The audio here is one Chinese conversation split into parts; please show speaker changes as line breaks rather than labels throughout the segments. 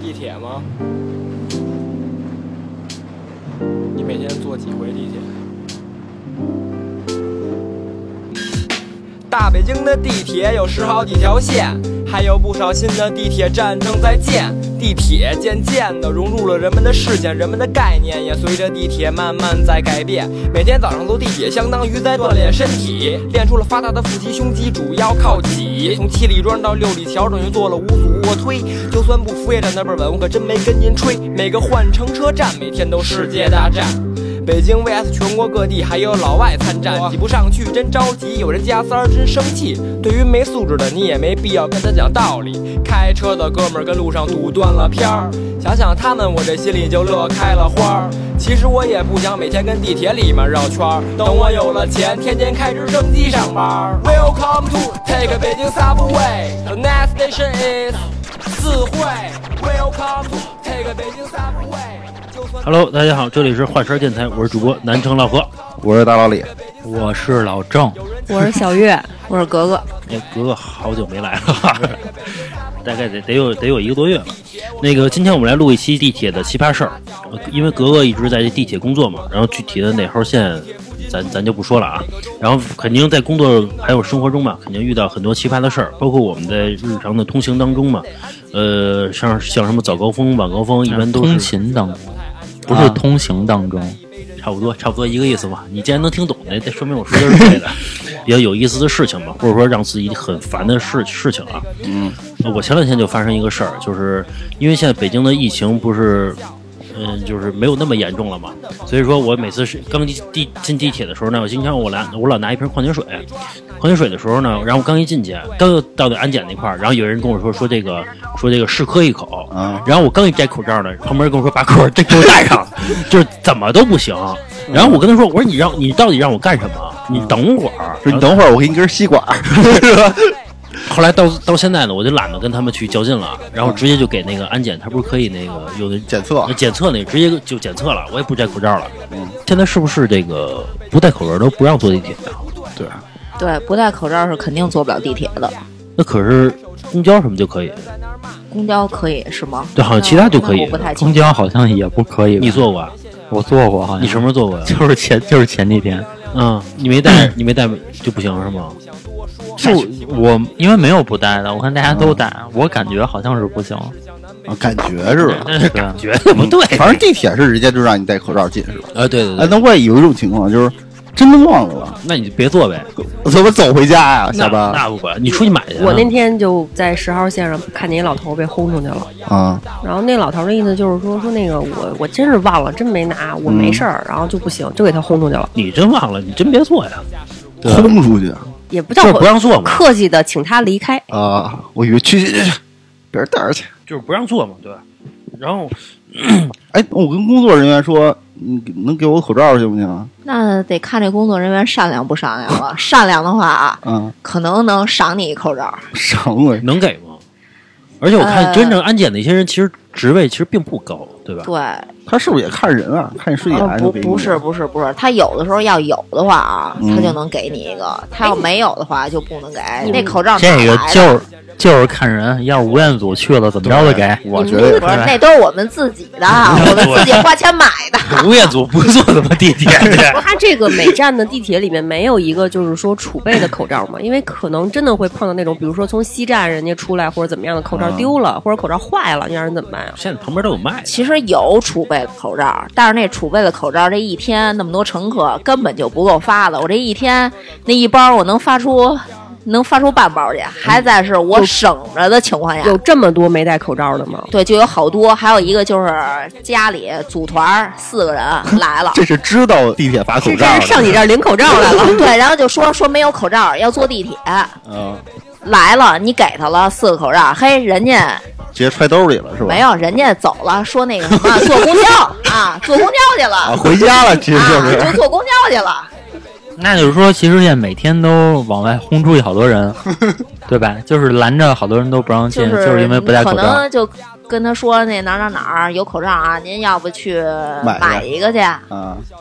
地铁吗？你每天坐几回地铁？大北京的地铁有十好几条线，还有不少新的地铁站正在建。地铁渐渐地融入了人们的视线，人们的概念也随着地铁慢慢在改变。每天早上坐地铁，相当于在锻炼身体，练出了发达的腹肌，胸肌主要靠挤。从七里庄到六里桥，等于做了五组卧推。就算不服也站那倍儿稳，我可真没跟您吹。每个换乘车站，每天都世界大战。北京 vs 全国各地，还有老外参战，挤不上去真着急，有人加塞儿真生气。对于没素质的，你也没必要跟他讲道理。开车的哥们儿跟路上堵断了片儿，想想他们，我这心里就乐开了花儿。其实我也不想每天跟地铁里面绕圈儿，等我有了钱，天天开直升机上班儿。Welcome to take Beijing subway, the next station is 四惠。Welcome to take Beijing subway，就算
Hello，大家好，这里是换车电台，我是主播南城老何，
我是大老李，
我是老郑。
我是小月， 我是格格。
哎，格格好久没来了， 大概得得有得有一个多月了。那个，今天我们来录一期地铁的奇葩事儿，呃因为格格一直在地铁工作嘛，然后具体的哪号线，咱咱就不说了啊。然后肯定在工作还有生活中嘛，肯定遇到很多奇葩的事儿，包括我们在日常的通行当中嘛，呃，像像什么早高峰、晚高峰，一般都
通
是
勤当中，不
啊
是通行当中。
差不多，差不多一个意思吧。你既然能听懂，那那说明我说的是对的，比较有意思的事情吧，或者说让自己很烦的事事情啊。嗯，我前两天就发生一个事儿，就是因为现在北京的疫情不是。嗯，就是没有那么严重了嘛，所以说我每次是刚进地进地铁的时候呢，我经常我拿我老拿一瓶矿泉水，矿泉水的时候呢，然后我刚一进去，刚到那安检那块儿，然后有人跟我说说这个说这个试喝一口，然后我刚一摘口罩呢，旁边跟我说把口这给我戴上， 就是怎么都不行。然后我跟他说，我说你让你到底让我干什么？你等会儿，
说你等会儿，我给你根吸管。
后来到到现在呢，我就懒得跟他们去较劲了，然后直接就给那个安检，他不是可以那个有的
检测
检测那直接就检测了，我也不摘口罩了。现在是不是这个不戴口罩都不让坐地铁了？对，啊
对，不戴口罩是肯定坐不了地铁的，
那可是公交什么就可以，
公交可以是吗？
对，好像其他就可
那
以
我。不太
公
清楚。
交好像也不可以吧。
你坐过啊？
我坐过，好像
你什么时候坐过呀？
就是前就是前几天，
嗯，你没戴，你没戴就不行是 吗？
就我因为没有不戴的，我看大家都戴，我感觉好像是不行。
啊感觉是吧？
对，感
觉得不对
反正地铁是直接就让你戴口罩进是吧？
啊，对对
哎，，那万一有一种情况就是真的忘了，
那你就别坐呗，
我怎么走回家呀？下
那
班
那不管，你出去买去啊。
我那天就在十号线上看见一老头被轰出去了，
啊，
然后那老头的意思就是说说那个我我真是忘了，真没拿，我
嗯
没事儿，然后就不行，就给他轰出去了，
你真忘了，你真别坐呀，
轰出去
也不叫
就是不让坐嘛，
客气的请他离开。
啊！我以为去去去去，别人带着去。
就是不让坐嘛，对吧？然后
哎，我跟工作人员说，你能给我口罩行不行啊？
那得看这工作人员善良不善良了。善良的话啊，
嗯，
可能能赏你一口罩。
上回
能给吗？而且我看
呃
真正安检那些人，其实职位其实并不高，对吧？
对，
他是不是也看人啊？看你顺眼
呃
还
不
给你
不是不是不是，他有的时候要有的话啊，
嗯哎
他就能给你一个；他要没有的话就不能给。那口罩哪
这个
来的
就是就是看人，要是吴彦祖去了，怎么着都给。
我觉
不
得
是，那都是我们自己
。
的，我们自己花钱买的。
吴彦祖不坐他妈地铁去
他这个每站的地铁里面没有一个就是说储备的口罩嘛，因为可能真的会碰到那种，比如说从西站人家出来或者怎么样的口
嗯
罩丢了，或者口罩坏了，你让人怎么办啊？
现在旁边都有卖的，
其实有储备的口罩，但是那储备的口罩这一天那么多乘客根本就不够发的。我这一天那一包我能发出能发出半包去，还在是我省着的情况下，
有这么多没戴口罩的吗？
对，就有好多。还有一个就是家里组团儿四个人来了
这是知道地铁发口
是
罩
这
的
是上你这儿领口罩来了，
对，然后就说说没有口罩要坐地铁，
啊，
来了你给他了四个口罩，嘿，人家
直接揣兜里了是吧？
没有，人家走了，说那个什么坐公交啊，坐公交去了
啊，回家了，其实就是
啊，就坐公交去了。
那就是说，其实现在每天都往外轰 出去好多人，对吧？就是拦着好多人都不让进，
是
就是因为不戴口
可
罩。
能就跟他说那哪儿哪儿哪儿有口罩啊，您要不去
买一个
买一个去？
啊，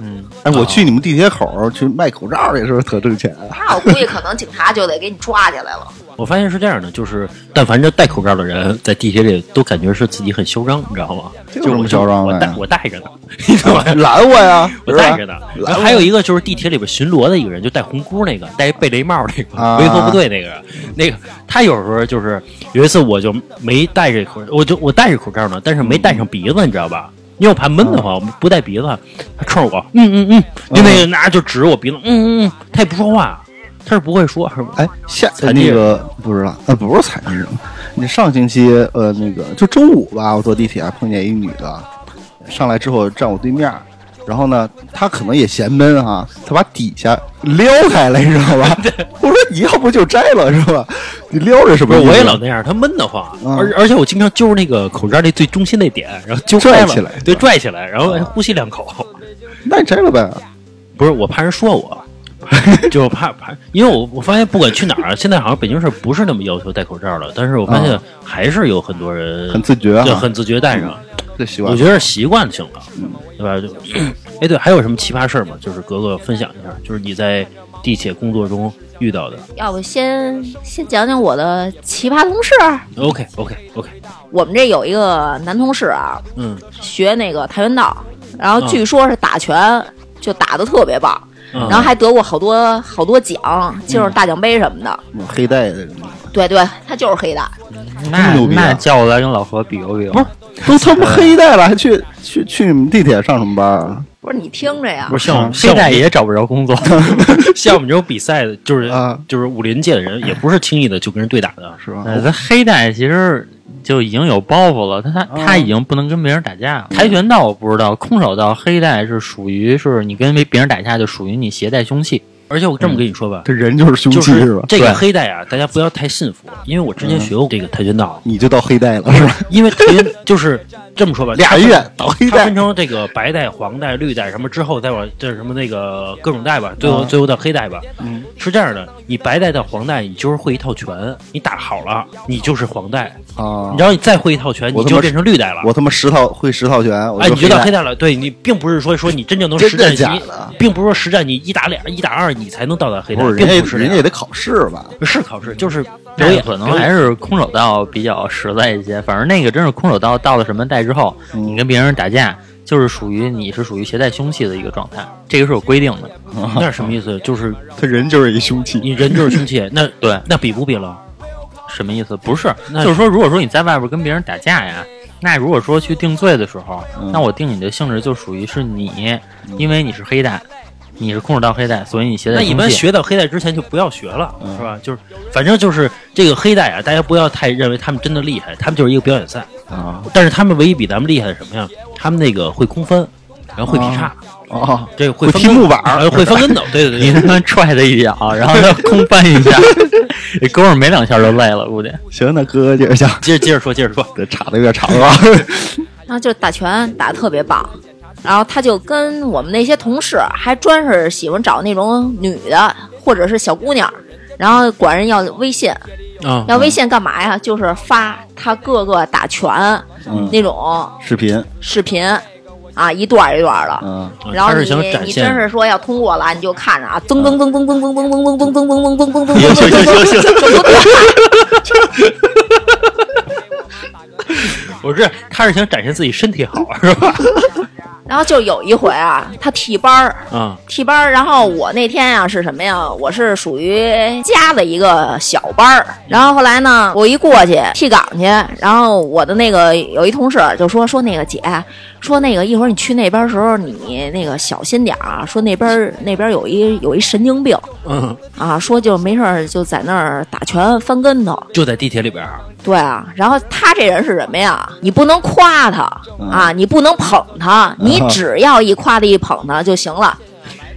嗯，
哎，我去你们地铁口儿去卖口罩儿也是特挣钱啊。
那我估计可能警察就得给你抓起来了。
我发现是这样的，就是但凡这戴口罩的人在地铁里都感觉是自己很嚣张，你知道吗？
这有
就
什么
我
嚣张的
我戴
呀
我戴着呢， 你知道吗？
拦我呀，
我
是吧
戴着呢。然后还有一个就是地铁里边巡逻的一个人，就戴红箍那个，戴一贝雷帽那
啊
个，维和部队那个，那个他有时候就是有一次我就没戴着口，我就我戴着口罩呢，但是没戴上鼻子，你知道吧？因为我怕闷
嗯
得慌，我不戴鼻子，他冲着我，嗯嗯嗯，就那个拿就指着我鼻子，嗯嗯嗯，他也不说话，他是不会说，是吧？
哎，下
踩地
那个不知道，呃，不是踩地上，你上星期呃那个就周五吧，我坐地铁碰见一女的，上来之后站我对面儿，然后呢，她可能也嫌闷哈、她把底下撩开了，你知道吧？ 我说你要不就摘了是吧？你撩着什
不
么
是，
意思？啊
我也老那样，他闷得慌，
嗯
而而且我经常揪着那个口罩那最中心那点，然后揪开
拽
了
起来哦
对，拽起来，然后呼吸两口。
那你摘了呗，
不是，我怕人说我， 就是怕怕，因为我我发现不管去哪儿，现在好像北京市不是那么要求戴口罩了，但是我发现还是有很多人
啊很自觉
对
啊，
很自觉戴上，
这习
我
惯
觉得是习惯性了，对吧？ 就哎对，还有什么奇葩事儿吗？就是格格分享一下，就是你在地铁工作中遇到的。
要不先先讲讲我的奇葩同事。
OK OK OK，
我们这有一个男同事啊，
嗯
学那个跆拳道，然后
嗯
据说是打拳、就打得特别棒，
嗯
然后还得过好多好多奖，就是大奖杯什么的。
黑带的什么
对对，他就是黑带。
那
牛逼啊
那叫我来跟老何比划比划，
的， 都他妈黑带了，还去去去你们地铁上什么班啊？
不是你听着呀
不，是像我们
现
像我
在
们
嗯也找不着工作。
像我们这种比赛的，就是、
啊
就是武林界的人，也不是轻易的就跟人对打的。啊
是吧？
呃，他黑带其实就已经有包袱了，他他他已经不能跟别人打架了。跆拳道我不知道，空手道黑带是属于是你跟别人打架就属于你携带凶器。
而且我这
嗯
么跟你说吧，
这人就是凶
就
器
是
吧？嗯
这个黑带啊，大家不要太信服，因为我之前学过这个跆拳道，
你就到黑带了是吧？
因为跆拳就是这么说吧，
嗯俩
它
月到黑
它
带
分，成这个白带、黄带、绿带什么之后，再往这是什么那个各种带吧，最后、最后到黑带吧。嗯，是这样的，你白带到黄带，你就是会一套拳，你打好了，你就是黄带，
啊
然后你再会一套拳，
我
你
他妈
就变成绿带了。
我他妈十套会十套拳，我
哎，你
黑
觉
带
得黑带了？对你，并不是说说你真正能
真
实
的
战，
假
你
的
并不是说实战你一打两、一打二你才能到达黑带
不，是
并
人家
不是这
人
样
家也得考试吧？
是考试，就是表
表
演，
演可能
表演
还是空手道比较实在一些，反正那个真是空手道到了什么带之后，你跟别人打架就是属于你是属于携带凶器的一个状态，这个是有规定的。
那是什么意思？就是
他人就是一凶器，
你人就是凶器，那
对
那比不比了？
什么意思？不是，
那
就是说，如果说你在外边跟别人打架呀，那如果说去定罪的时候，
嗯
那我定你的性质就属于是你，因为你是黑带，你是空手道黑带，所以你携带
那一般
凶器
学到黑带之前就不要学了，是吧？就是反正就是这个黑带啊，大家不要太认为他们真的厉害，他们就是一个表演赛
啊。
但是他们唯一比咱们厉害的是什么呀？他们那个会空翻，然后会劈叉，
啊，
这个会
会
翻
踢
跟
木板儿
呃会翻跟斗，对对
你
对。
他妈踹他一脚，然后他空翻一下， 这哥们儿没两下就累了，估计。
行，那哥哥接着讲，
接着接着说，接着说，
这岔的有点长啊 了。
然后就打拳打得特别棒，然后他就跟我们那些同事还专是喜欢找那种女的或者是小姑娘，然后管人要微信，
啊
要微信干嘛呀？就是发他各个打拳、
嗯，
那种
视频，
视频啊，一段一段的。
嗯，
啊
然后
他
你
是想展
你
现
真是说要通过了，你就看着啊，噔噔噔噔噔噔噔噔噔噔噔噔噔噔噔噔，
我知道他是想展现自己身体好，啊是吧？
然后就有一回啊，他替班儿，
啊，
替班儿，然后我那天呀、是什么呀？我是属于加的一个小班儿，然后后来呢，我一过去替岗去，然后我的那个有一同事就说说那个姐，说那个一会儿你去那边儿时候你那个小心点儿啊，说那边儿那边儿有一有一神经病
嗯，
啊，说就没事儿就在那儿打拳翻跟头，
就在地铁里边儿，
对啊，然后他这人是什么呀？你不能夸他啊，你不能捧他，你只要一夸他一捧他就行了。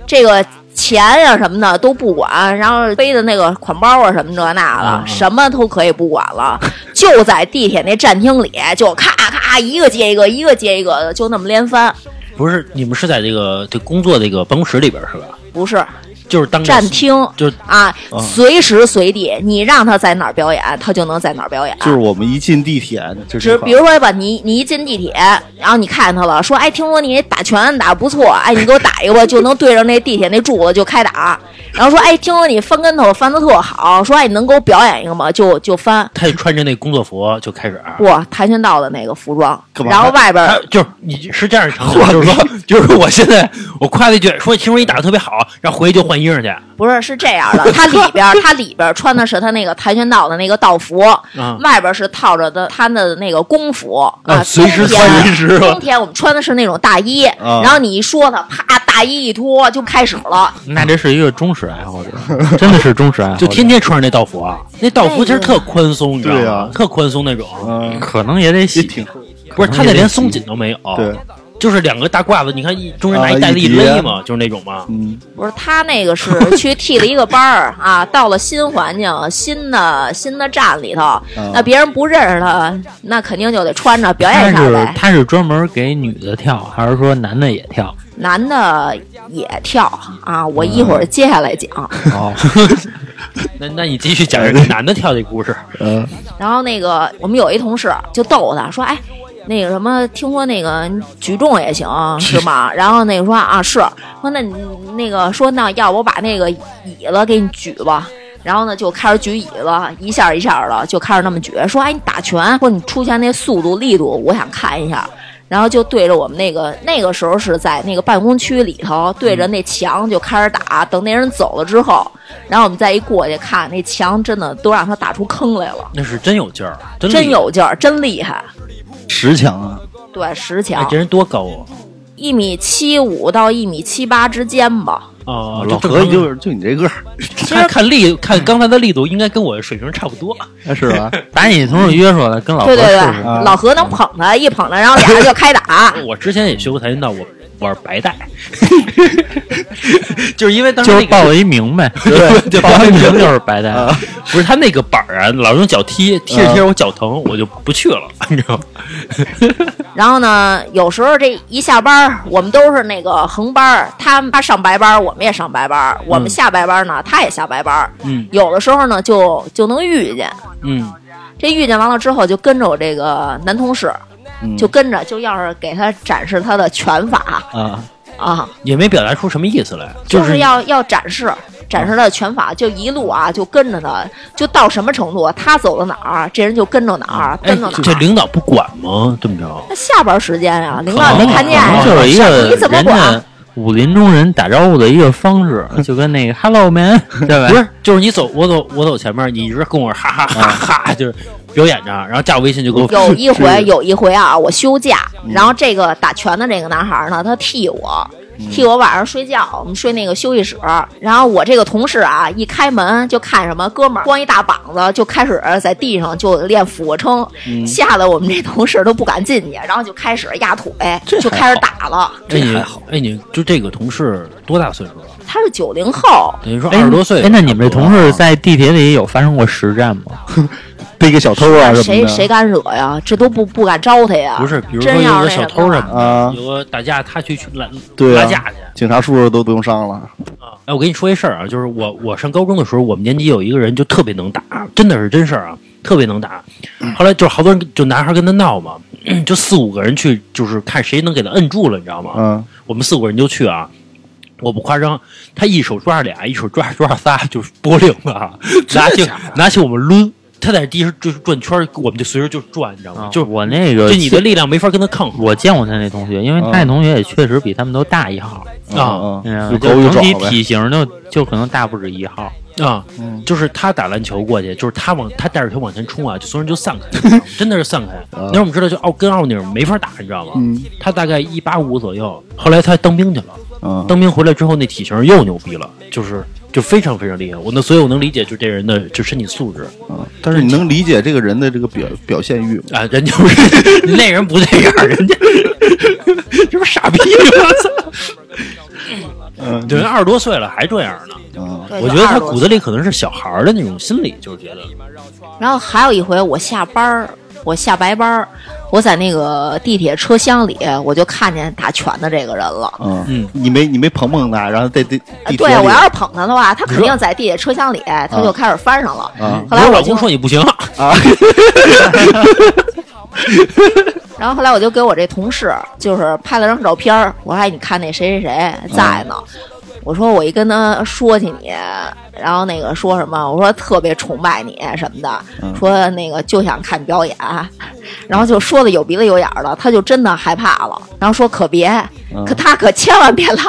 这个钱呀、什么的都不管，然后背的那个款包啊什么这那的，什么都可以不管了，就在地铁那站厅里就咔咔一个接一个，一个接一个的，就那么连翻。
不是你们是在这个这工作这个办公室里边儿是吧？
不是，
就是当个
站厅
就是
啊，随时随地你让他在哪儿表演，他就能在哪儿表演。
就是我们一进地铁，就
只
是
比如说吧，你你一进地铁，然后你看见他了，说哎，听说你打拳打得不错，哎，你给我打一个吧，就能对着那地铁那柱子就开打。然后说哎，听说你翻跟头翻得特好，说哎，你能给我表演一个吗？就就翻。
他就穿着那工作服就开始啊。
哇，跆拳道的那个服装，
干嘛
然后外边
他就是你是这样一场景，就是说，就是我现在我夸他一句，说其实你打的特别好，然后回去就换衣裳去。
不是是这样的，它里边儿它里边儿穿的是他那个跆拳道的那个道服，
啊
外边儿是套着的他的那个工服啊。
随时
冬天
穿随时啊
冬天我们穿的是那种大衣，然后你一说他，啪，大衣一脱就开始了。
那这是一个忠实爱好者，真的是忠实爱好
就
者，
天天穿着那道服啊，那道服其实特宽松，你知道
对
吗
啊？
特宽松那种，
嗯，
可能也得洗
也，挺
不是他那连松紧都没有，
嗯对，
就是两个大褂子，你看一中间拿一
啊
袋子
一
一
叠
勒嘛，就是那种嘛。
嗯，
不是他那个是 去替了一个班儿啊，到了新环境、新的新的站里头，
啊
那别人不认识他，那肯定就得穿着表
他
演一下
是
呗。
他是专门给女的跳，还是说男的也跳？
男的也跳啊，我一会儿接下来讲。
那那你继续讲这个男的跳这故事，
然后那个我们有一同事就逗他说：“哎，那个什么，听说那个你举重也行是吗？” 然后那个说：“啊，是。”说那你那个说那要不我把那个椅子给你举吧。然后呢，就开始举椅子，一下一下的就开始那么举，说：“哎，你打拳或者你出拳那速度力度，我想看一下。”然后就对着我们那个那个时候是在那个办公区里头，对着那墙就开始打。等那人走了之后，然后我们再一过去看，那墙真的都让他打出坑来了。
那是真有劲儿，真
真
厉害。
有劲儿，真厉害。
十强啊，
对，十
哎
强，
这人多高啊！
一米七五到一米七八之间吧。
啊
哦，
老
这
何
正常
就是就你这个儿，
看看力，看刚才的力度，应该跟我水平差不多。。
是吧？
把你同事约出来跟老婆
对
试
对对，
试，
老何能捧他，一捧他，然后俩人就开打
我之前也学过跆拳道，我我是白带，就是因为当时
就
那
是
个
报了一名呗，
对
报了一名就是白带。
不是他那个板儿啊，老用脚踢，踢着踢着我脚疼，我就不去了， 你知道吗？
然后呢，有时候这一下班儿，我们都是那个横班儿，他他上白班儿，我们也上白班儿，我们下白班儿呢，他也下白班儿。
嗯
有的时候呢，就就能遇见。
嗯，
这遇见完了之后，就跟着我这个男同事，
嗯
就跟着，就要是给他展示他的拳法
啊，
啊，
也没表达出什么意思来，
就是是要要展示展
嗯
示他的拳法，就一路啊就跟着他，就到什么程度，他走到哪儿，这人就跟着哪儿，
嗯
哎
跟着，
这
哪儿。
领导不管吗？这么着，
那下班时间啊，领
可
导
能
没看见
可
啊
能
啊，
哦就是一个
你怎么
人
管
家？武林中人打招呼的一个 方式，就跟那个 “hello man” 对
不
吧？
是，就是你走，我走，我走前面，你一直跟我哈哈哈哈，就是表演着，然后加我微 信就给我
有一回，
是
有一回啊，我休假，
嗯
然后这个打拳的这个男孩呢，他替我。
嗯
替我晚上睡觉，我们睡那个休息室。然后我这个同事啊，一开门就看什么哥们儿光一大膀子，就开始在地上就练俯卧撑，
嗯
吓得我们这同事都不敢进去，然后就开始压腿，就开始打了。
哎你哎你就这个同事多大岁数了？
他是九零后，
等于说
哎
二十多岁。
哎，那你们这同事在地铁里有发生过实战吗？
被一个小偷啊什么
谁
的，
谁敢惹呀？这都不不敢招他呀。
不是，比如说
真要
有
是
个小
那什
偷
么
什
的
么
话
的，
啊
有个打架，他去去拦
对啊
拉架去。
警察叔叔都不用上了，
哎，我跟你说一事儿啊，就是我我上高中的时候，我们年级有一个人就特别能打，真的是真事儿啊，特别能打。后来就是好多人就男孩跟他闹嘛，就四五个人去，就是看谁能给他摁住了，你知道吗？
嗯，
我们四五个人就去啊。我不夸张，他一手抓着俩，一手抓着抓着仨，就是脖领子啊，拿起拿起我们抡，他在地上就是转圈儿，我们就随时啊就转，你知道吗？
就是我那个，
就你的力量没法跟他抗衡
我见过他那同学，因为他那同学也确实比他们都大一号，
啊
嗯，
嗯
有，
就
狗有
整体
爪呗，
体型就就可能大不止一号。
啊！
嗯
就是他打篮球过去，就是他往他带着球往前冲啊，就所有人就散开， 真的是散开。
啊
那时候我们知道，就奥跟奥那种没法打，你知道吗？他大概一八五左右，后来他当兵去了。
嗯，
当兵回来之后，那体型又牛逼了，就是就非常非常厉害。我那所以我能理解，就这人的就身体素质
嗯但是你能理解这个人的这个表表现欲吗？
啊，人就是 那人不这样，人家 这不是傻逼吗？我操！
嗯
这人二十多岁了还这样呢，
嗯，
对
我觉
就
得
20
他
多
骨子里可能是小孩儿的那种心理，就是觉得
然后还有一回，我下班儿，我下白班儿，我在那个地铁车厢里，我就看见打拳的这个人了。
嗯
嗯
你没你没捧捧他，然后在地地铁
啊对，
里
我要是捧他的话，他肯定在地铁车厢里，他就开始翻上了。
啊
后来
我
我
老
就
公，说你不行，啊
然后后来我就给我这同事就是拍了张照片儿，我说哎，你看那谁谁谁在呢？我说我一跟他说起你，然后那个说什么？我说特别崇拜你什么的，说那个就想看表演，然后就说的有鼻子有眼儿的，他就真的害怕了，然后说可别，可他可千万别来，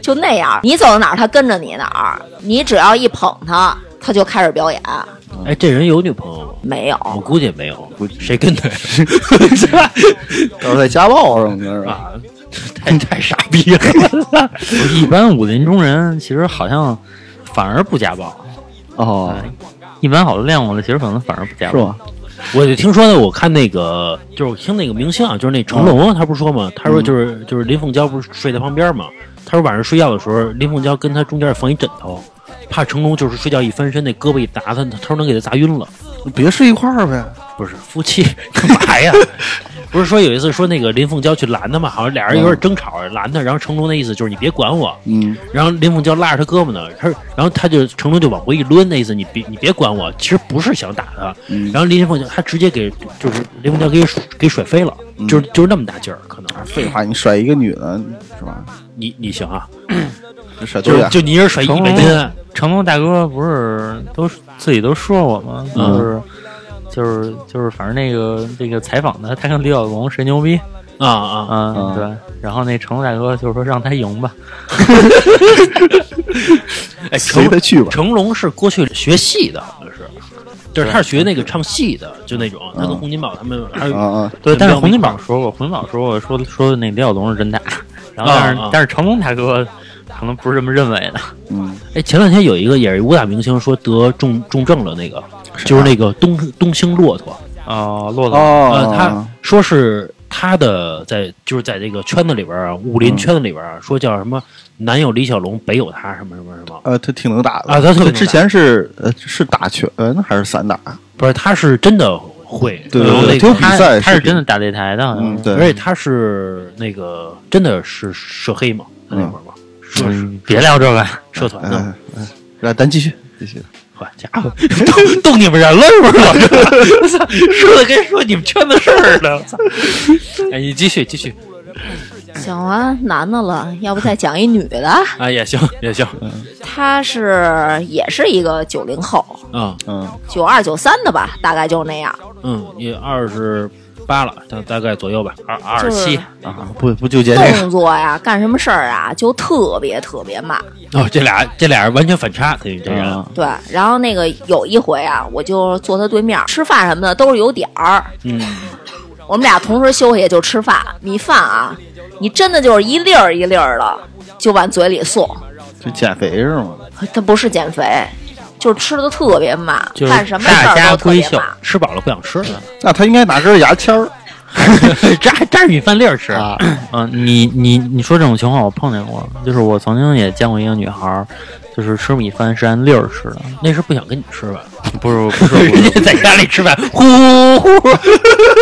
就那样，你走到哪儿他跟着你哪儿，你只要一捧他，他就开始表演，
哎，这人有女朋友吗？
没有，
我估计也没有，谁跟 他呀？
到时候再家暴什么的，是吧？
啊，太太傻逼了！
一般武林中人其实好像反而不家暴，
啊
哦，
一般好多练过的其实可能反而不家
是
暴。
吗？
我就听说呢，我看那个就是我听那个明星啊，就是那成龙啊，他不是说嘛，他说就是就是林凤娇不是睡在旁边嘛，他说晚上睡觉的时候，林凤娇跟他中间放一枕头，怕成龙就是睡觉一翻身那胳膊一砸他，他说能给他砸晕了。
别睡一块儿呗。
不是夫妻 干嘛呀？不是说有一次说那个林凤娇去拦他嘛，好像俩人有点争吵，拦他，然后成龙的意思就是你别管我，
嗯，
然后林凤娇拉着他胳膊呢，他然后他就成龙就往回一抡，那意思你别你别管我，其实不是想打他，然后林凤娇他直接给就是林凤娇给甩给甩飞了，就是就是那么大劲儿，可能
废话，你甩一个女的是吧？
你你行啊，
你甩多
就
远？
就你一人甩一
成
百
龙
斤，啊
成龙大哥不是都自己都说我吗？
嗯
就是。就是就是，反正那个那个采访他，他跟李小龙谁牛逼
啊啊，
啊、
嗯
对，然后那成龙大哥就是说让他赢吧，
哎，成
随他去吧。
成龙是过去学戏的，好像是，就是他是学那个唱戏的，就那种，他跟洪金宝他们还有
啊啊！
对，但是
跟
洪金
彪
宝说过，洪金宝说过，说说那李小龙是真大，然后
啊
但是、
啊
但是成龙大哥可能不是这么认为的。
嗯，
哎，前两天有一个也是武打明星说得重重症了，那个就是那个东东兴骆驼，
哦、骆驼，
呃，
哦，
他说是他的在就是在这个圈子里边啊，武林圈子里边啊，说叫什么南有李小龙，北有他，什么什么什么。
呃，他挺能打的
啊他特别能打
之前是呃是打拳还是散打？
不是，他是真的会，
对
然后
对
那
对他有
个
比赛
他是真
的，
的打擂台的，好像
嗯，
是
对，
而且他是那个真的是涉黑嘛，他那会儿嘛，社
嗯别聊这个，
社团的，
嗯嗯，来，咱继续继续。
好家伙，动 动你们人了是不是？ 老师，我操说的跟说你们圈子事儿似的。我操哎，你继续继续
讲完男的了，要不再讲一女的？
啊，也行也行
她是也是一个九零后，
啊，
嗯，
九二九三的吧，大概就那样。
嗯，你二十八了，大大概左右吧，二二十七
啊，不不纠
哎
结这个，
动作呀，干什么事儿啊，就特别特别慢。
哦，这俩这俩人完全反差，等于这人
啊
对，然后那个有一回啊，我就坐他对面儿吃饭什么的，都是有点儿。
嗯，
我们俩同时休息也就吃饭，米饭啊，你真的就是一粒儿一粒儿的就往嘴里送，
就减肥是吗？
他不是减肥，就是吃的特别慢，
就是
干什么事
大
儿
家
都特
闺
别
秀
慢。，
吃饱了不想吃了，
那他应该拿根牙签儿
扎扎着米饭粒儿吃。
啊
嗯，你你你说这种情况我碰见过，就是我曾经也见过一个女孩儿，就是吃米饭是按粒儿吃的，
那是不想跟你吃吧？
不是不是 不
人
是
家在家里吃饭，呼呼呼，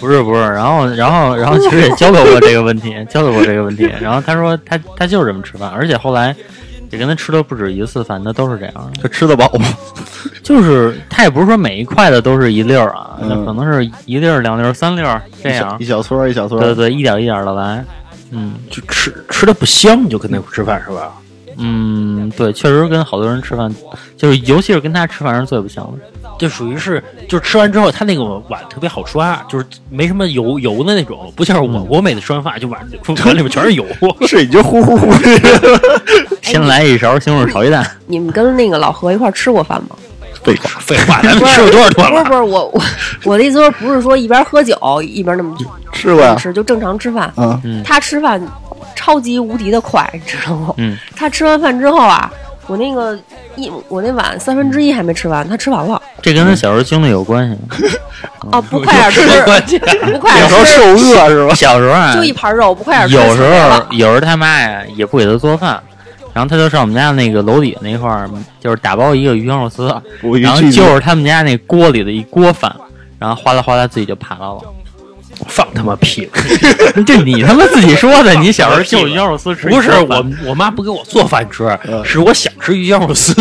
不是不是，然后然后然后其实也交流过这个问题，交流过这个问题。然后他说他他就是这么吃饭，而且后来也跟他吃了不止一次饭，他都是这样的。
他吃得饱 吗？
就是他也不是说每一筷子都是一粒儿啊，
嗯
那可能是一粒儿、两粒儿、三粒儿这样
一。小撮儿一小撮
对对
儿，
对，一点一点的来。嗯
就吃吃的不香，你就跟他吃饭是吧？
嗯，对，确实跟好多人吃饭，就是尤其是跟他吃饭是最不香的。
就属于是，就是吃完之后，他那个碗特别好刷，就是没什么油油的那种，不像是我，我每次吃完饭就碗碗里面全是油。
是你就呼呼呼。
先来一勺西红柿炒鸡蛋，
你们跟那个老何一块儿吃过饭吗？
废话，
废话，咱们 吃了多少顿
不是
了？
不是，我我我的意思说不是说一边喝酒一边那么
吃
嗯
过呀。
吃，就正常吃饭。
嗯，
他吃饭超级无敌的快，你知道吗？
嗯，
他吃完饭之后啊，我那个一我那碗三分之一还没吃完，他吃完了。
这跟他小时候经历有关系。
哦，不快点吃，不快
有
点
时候
吃，
受饿是 吧？
小时候啊，
就一盘肉，不快点吃。
有时
吃完
候
了
有时候他妈呀也不给他做饭，然后他就上我们家那个楼底那块儿，就是打包一个鱼香肉丝，啊
我一
然后
句
就是他们家那锅里的一锅饭，然后哗啦哗啦自己就扒拉了。
放他妈屁！
这你他妈自己说的，你小时候
放屁
就
了
鱼香肉丝吃，
不是我，我妈不给我做饭吃，是我想吃鱼香肉丝，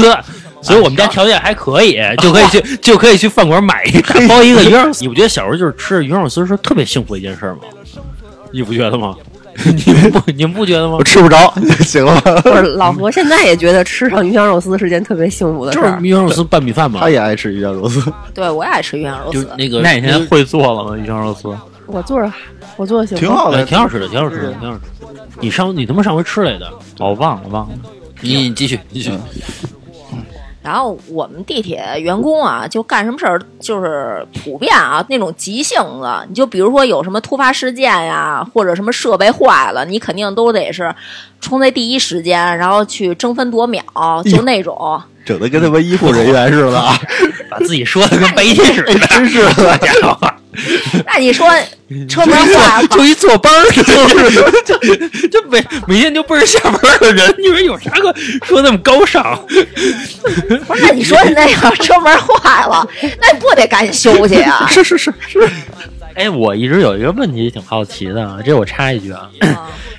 所以我们家条件还可以，就可以 去就可以去饭馆买一打包一个鱼香 肉丝。你不觉得小时候就是吃鱼香肉丝是特别幸福的一件事吗？你不觉得 吗？你们不你们不觉得吗
我？吃不 着，行了吧？
不是老何现在也觉得吃上鱼香肉丝是件特别幸福的 事
就是
儿。
鱼香肉丝拌米饭嘛
他，也爱吃鱼香肉丝，
对我也爱吃鸳鸯肉
就是
丝，
那个
那你现在
那个
会做了吗？鱼香肉丝？
我做着，我做着行吗
挺好
哎
的，
挺好吃的，挺好吃的，挺好吃的。你上你他妈上回吃来的，
哦，忘了忘了，
你你继续继续。
然后我们地铁员工啊，就干什么事儿就是普遍啊那种急性子，你就比如说有什么突发事件呀，啊或者什么设备坏了，你肯定都得是冲在第一时间，然后去争分夺秒，就那种。
整的跟他妈医护人员似的啊，
把自己说的跟白天似的，真是 的，家伙，
那你说车门坏了，
就一坐班儿， 就是就每每天就奔着下班的人，你说有啥可说那么高尚？
不是那你说你那要车门坏了，那你不得赶紧休息 啊？
是是是是，
哎，我一直有一个问题挺好奇的，这我插一句啊。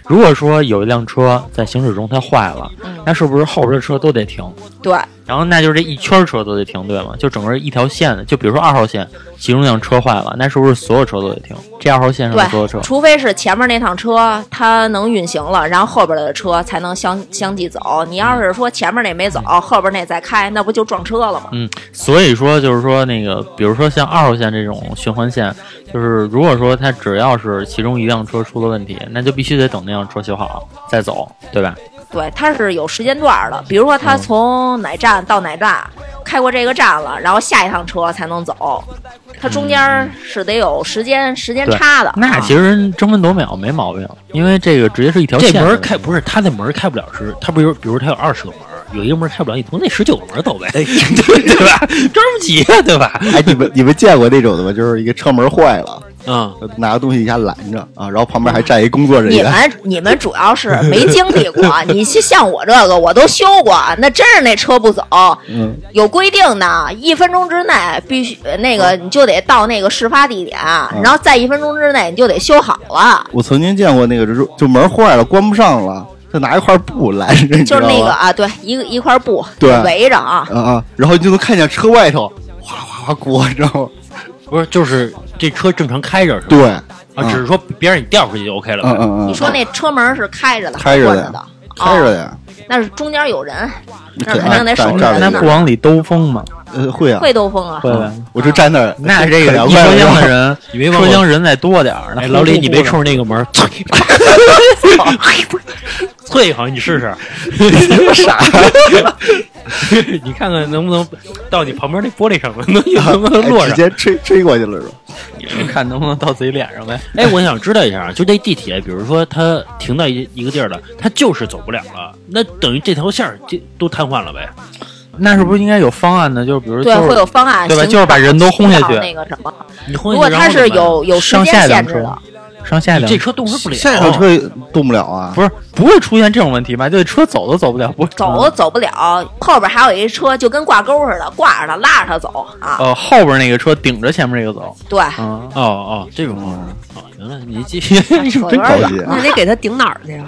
如果说有一辆车在行驶中它坏了，
嗯
那是不是后边的车都得停？
对，
然后那就是这一圈车都得停，对吗？就整个一条线的，就比如说二号线，其中一辆车坏了，那是不是所有车都得停？这二号线上的所有车
对，，除非是前面那趟车它能运行了，然后后边的车才能相相继走。你要是说前面那没走，后边那再开，那不就撞车了吗？
嗯，所以说就是说那个，比如说像二号线这种循环线，就是如果说它只要是其中一辆车出了问题，那就必须得等那辆车修好再走，对吧？
对，它是有时间段儿
嗯
的，比如说它从哪站到哪站，开过这个站了，然后下一趟车才能走，它中间儿是得有时间时间
嗯对
差的。
那其实争分夺秒没毛病，因为这个直接是一条
这
线的
门
问
儿
题。
开不是他那门儿开不了时，他不是有比如他有二十个门儿，有一个门儿开不了，你从那十九个门儿走呗， 对对吧？着什么急啊，对吧？
哎，你们你们见过那种的吗？就是一个车门坏了，
嗯，
拿个东西一下拦着啊，然后旁边还站一工作人
你
员，
们你们主要是没经历 过，你像我这个我都修过，那真是那车不走，
嗯
有规定的，一分钟之内必须呃那
嗯
个你就得到那个事发地点，然后在一分钟之内你就得修好了。
我曾经见过那个，就是就门坏了，关不上了，他拿一块布拦着，你知
就
道
是
吗？
那个啊，对，一个一块布
对
围着啊，
啊啊，然后你就能看见车外头哗啦哗啦过，你知道吗？
不是，就是这车正常开着是吧？
对，
啊，只是说别让你掉出去就 OK 了
嗯
呗。
嗯嗯，
你说那车门是开着的，
开着的
关着的，
开着
哦
的呀，
那是中间有人，那
可
肯定得守着
站
人
那
站
呢
不，往里兜风嘛？
呃，会啊，
会兜风啊，
会吧？
我就站那儿，
哦那这
可
个
凉
一
快了
车厢的人，
你没忘
车
过
厢人再多点儿。那
哎，
嗯
老李，你别
冲
冲着那个门儿， 啐一行，你试试，
傻，
你看看能不能到你旁边那玻璃上面，能能不能落
啊哎直
上？
接吹吹过去了是吧？
看能不能到自己脸上呗。
哎，我想知道一下啊，就这地铁，比如说它停到一一个地儿了，它就是走不了了，那等于这条线儿就都瘫痪了呗？
那是不是应该有方案呢？就是比如
对，
就是
会有方案，
对吧
行
就是把人都轰下去
到那个什么。
你
如果它是有有时
上
间
下一辆
限制
车
的，，
上下一辆
这车动弹不了，
下一趟车动不了啊，
不是不会出现这种问题吧？就车走都走不了，不
走都走不了，后边还有一车就跟挂钩似的，挂着它拉着它走啊。
呃后边那个车顶着前面这个走。
对，哎
嗯，
哦哦，这种方式哦，原来你继续，
扯得有
高
点
级
远
啊
啊
那，得给他顶哪儿去呀？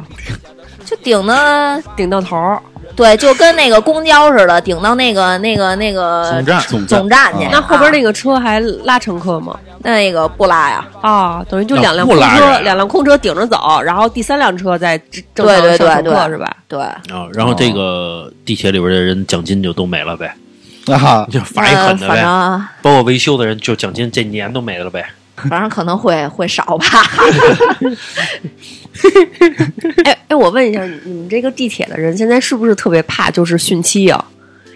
就顶的，
顶到头儿。
对，就跟那个公交似的，顶到那个那个那个
总站
总
总
站去。
啊
那后边那个车还拉乘客吗？
那个不拉呀，
啊，等于就
那
两辆
不
空
拉
车，
人
两辆空车顶着走，然后第三辆车再正正
对
常
对
上
对
乘
对，
客是吧？？
对，
啊，然后这个地铁里边的人奖金就都没了呗，
啊，
就罚一狠的
那反
呗，
正
包括维修的人就奖金这年都没了呗。
反正可能会会少吧。
哎哎，我问一下，你们这个地铁的人现在是不是特别怕就是汛期啊？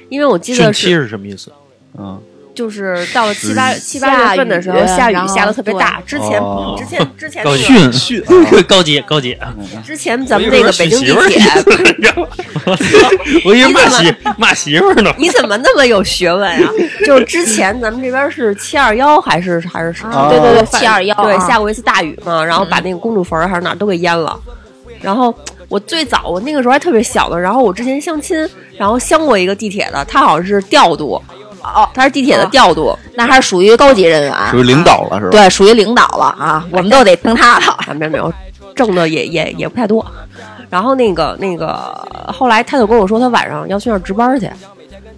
因为我记
汛
得
期
是
是什么意思？
嗯，
就是到了七八
十
七八月份的时候，
下
下
雨
雨下的特别大。之前
哦
之前之前
高级
训
训
高级高级，
之前咱们这个北京地铁，
我以为骂
你怎
媳骂媳妇儿呢。
你怎么那么有学问 啊？就是之前咱们这边是七二幺还是还是什么？
啊对对对
反
721
对，
啊
下过一次大雨嘛，然后
嗯
把那个公主坟儿还是哪儿都给淹了。然后我最早我那个时候还特别小的，然后我之前相亲，然后相过一个地铁的，他好像是调度。哦
导，
他是地
啊
铁的调度，
那还是属于高级人员，
属于领导了是吧？
对，属于领导了啊，我们都得听他的。
啊，没有没有，挣的也也也不太多。然后那个那个，后来他就跟我说，他晚上要去那儿值班去。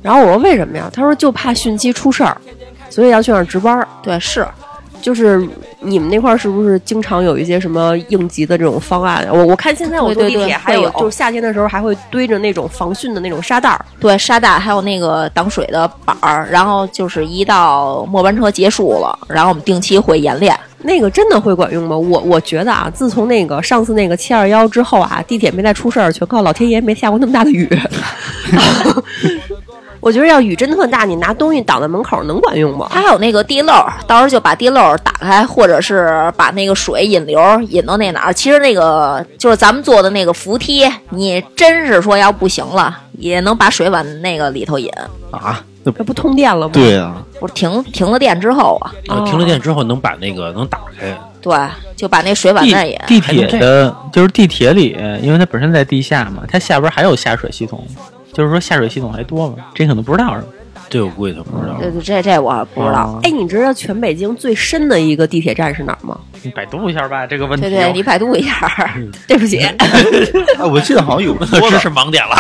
然后我说为什么呀？他说就怕汛期出事儿，所以要去那儿值班。
对，是
就是你们那块儿是不是经常有一些什么应急的这种方案？我我看现在我坐
对对
地铁
对
还
会
有，
有
就是夏天的时候还会堆着那种防汛的那种沙袋儿。
对沙袋，还有那个挡水的板儿，然后就是一到末班车结束了，然后我们定期会演练。
那个真的会管用吗？我我觉得啊，自从那个上次那个七二幺之后啊，地铁没再出事儿，全靠老天爷没下过那么大的雨。 我觉得要雨真的特大，你拿东西挡在门口能管用吗？
它还有那个地漏儿，到时候就把地漏儿打开，或者是把那个水引流儿引到那哪儿。其实那个就是咱们做的那个扶梯，你真是说要不行了，也能把水往那个里头引。
啊，
这不通电了吗？
对 啊，
不是停停了电之后啊，
呃停了电之后能把那个能打开，
对，就把那水往那儿引
地。地铁的，就是地铁里，因为它本身在地下嘛，它下边还有下水系统，就是说下水系统还多嘛，这可能不知道是吧？
这我估计他不知道。
对对，这这我不知道。
哎，你知道全北京最深的一个地铁站是哪儿吗？
你百度一下吧，这个问题。
对对，你百度一下儿。
对不起，
哎，我记得好像有说
知
的
识盲点了，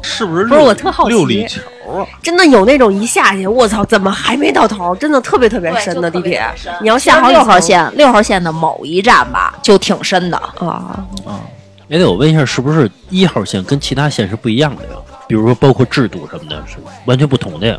是不是
不是
六
我特好奇
六里桥啊？
真的有那种一下去，我操，怎么还没到头？真的特别特别
对
深
就
的
特
地
别
铁
特别深，
你要
其实
下好几
六号
层
线，六号线的某一站吧，就挺深的。
啊，
哎，对，我问一下，是不是一号线跟其他线是不一样的呀？比如说，包括制度什么的，是完全不同的呀。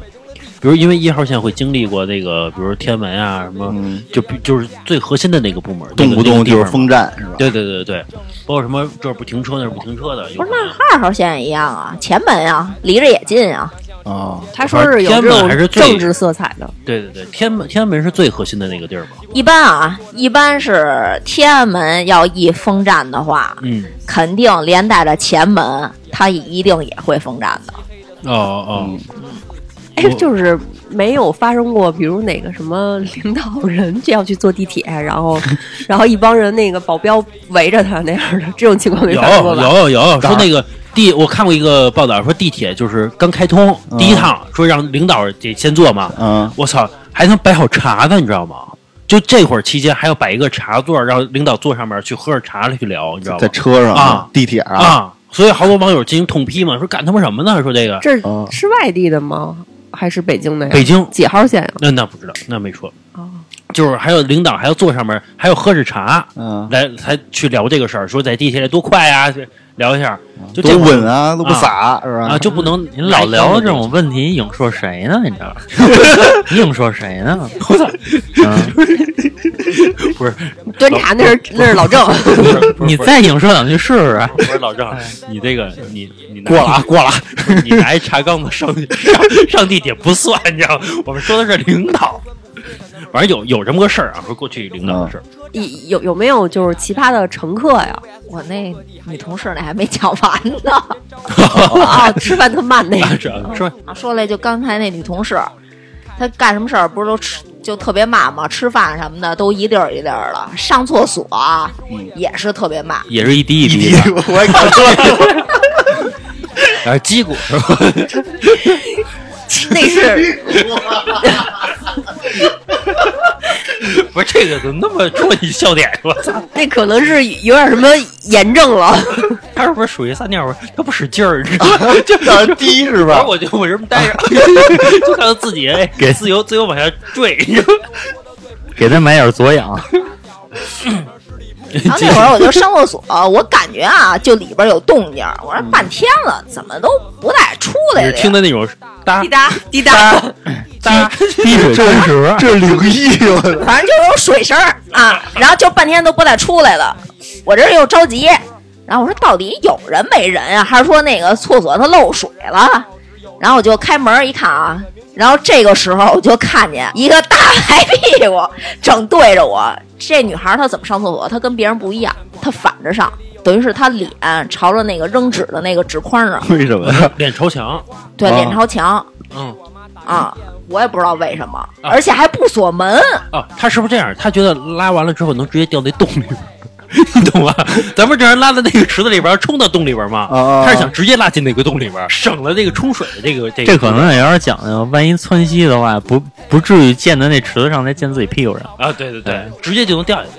比如，因为一号线会经历过那个，比如天文啊什么，就比就是最核心的那个部门，那
动
个
不动
那个
就是。
地方
风
嘛
站是吧？
对对对对，包括什么这儿不停车那儿不停车的，有
不
可能
是，那二号线也一样啊，前门啊，离着也近啊。
啊，
他说是有
天安门还
这
是
种
最
政治色彩的，
对对对，天安门天安门是最核心的那个地儿嘛。
一般啊，一般是天安门要一封站的话，
嗯，
肯定连带着前门，它一定也会封站的。
哦哦，
哎，就是没有发生过，比如哪个什么领导人就要去坐地铁，然 后然后一帮人那个保镖围着他那样的这种情况没
有
发生过吧？
有有，说那个地，我看过一个报道，说地铁就是刚开通第一趟，说让领导得先坐嘛。
嗯，
我操，还能摆好茶呢，你知道吗？就这会儿期间还要摆一个茶座，让领导坐上面去喝着茶去聊，你知道吗？
在车上
啊
地铁啊，
啊，所以好多网友进行痛批嘛，说干他妈什么呢？说这个
这
哦
是外地的吗？还是北京的呀？
北京
几号线呀？啊
那那不知道，那没说。
哦
就是还有领导还要坐上面，还要喝着茶，
嗯，
来才去聊这个事儿，说在地铁里多快啊，去聊一下，就这
多
会儿
稳啊，都不洒是
啊，
吧？
就不能
您老聊这种问题，影射谁呢？你 知道？你影射谁呢？嗯
不是
端茶那是那是老郑，
不 是
你再影射两句试啊试。
不是老郑，你这个你你哎过了啊过了， 你拿一茶缸子上去上上地铁不算，你知道吗？我们说的是领导，反正有有这么个事儿啊，说过去领导的事儿，
有有有没有就是奇葩的乘客呀？
我那女同事那还没讲完呢。
嗯
哦
啊，吃饭特慢那个。
是啊说
啊，说来就刚才那女同事，她干什么事儿不是都吃就特别慢吗？吃饭什么的都一粒儿一粒儿的，上厕所啊、也是特别慢。
也是一滴一滴的，
我也看出来了，
然后击鼓是吧？
那是
不是这个怎么那么戳你笑点？我操，
那可能是有点什么炎症了，
他是不是属于撒尿味儿？他不使劲儿，你知道吗？
就让人低是
然
吧
啊
后？我就我这么待 着，就看到自己哎给自由自由往下坠，你知道吗
给他买点 左氧，
然后那会儿我就上厕所，我感觉啊，就里边有动静儿，我说半天了，怎么都不带出来
就是
的呀？
听的那种哒
滴答滴
哒。
答。
滴水穿石。啊
这是灵异，我操
反正就有水声儿啊，然后就半天都不带出来了。我这又着急，然后我说到底有人没人啊，还是说那个厕所它漏水了？然后我就开门一看啊，然后这个时候我就看见一个大白屁股正对着我。这女孩她怎么上厕所？她跟别人不一样，她反着上，等于是她脸朝着那个扔纸的那个纸框上，
为什么呀？
脸朝墙，
对，
啊
脸朝墙
嗯
啊。我也不知道为什么，而且还不锁门。
嗯
哦啊，他是不是这样？他觉得拉完了之后能直接掉那洞里边儿， 你懂吧？咱们这样拉到那个池子里边，冲到洞里边嘛，
啊啊啊
他是想直接拉进那个洞里边，省了这个冲水的这个这个。
这可能也有点讲究，万一窜稀的话，不不至于溅在那池子上，再溅自己屁股上。
啊，对对对
哎，
直接就能掉下去，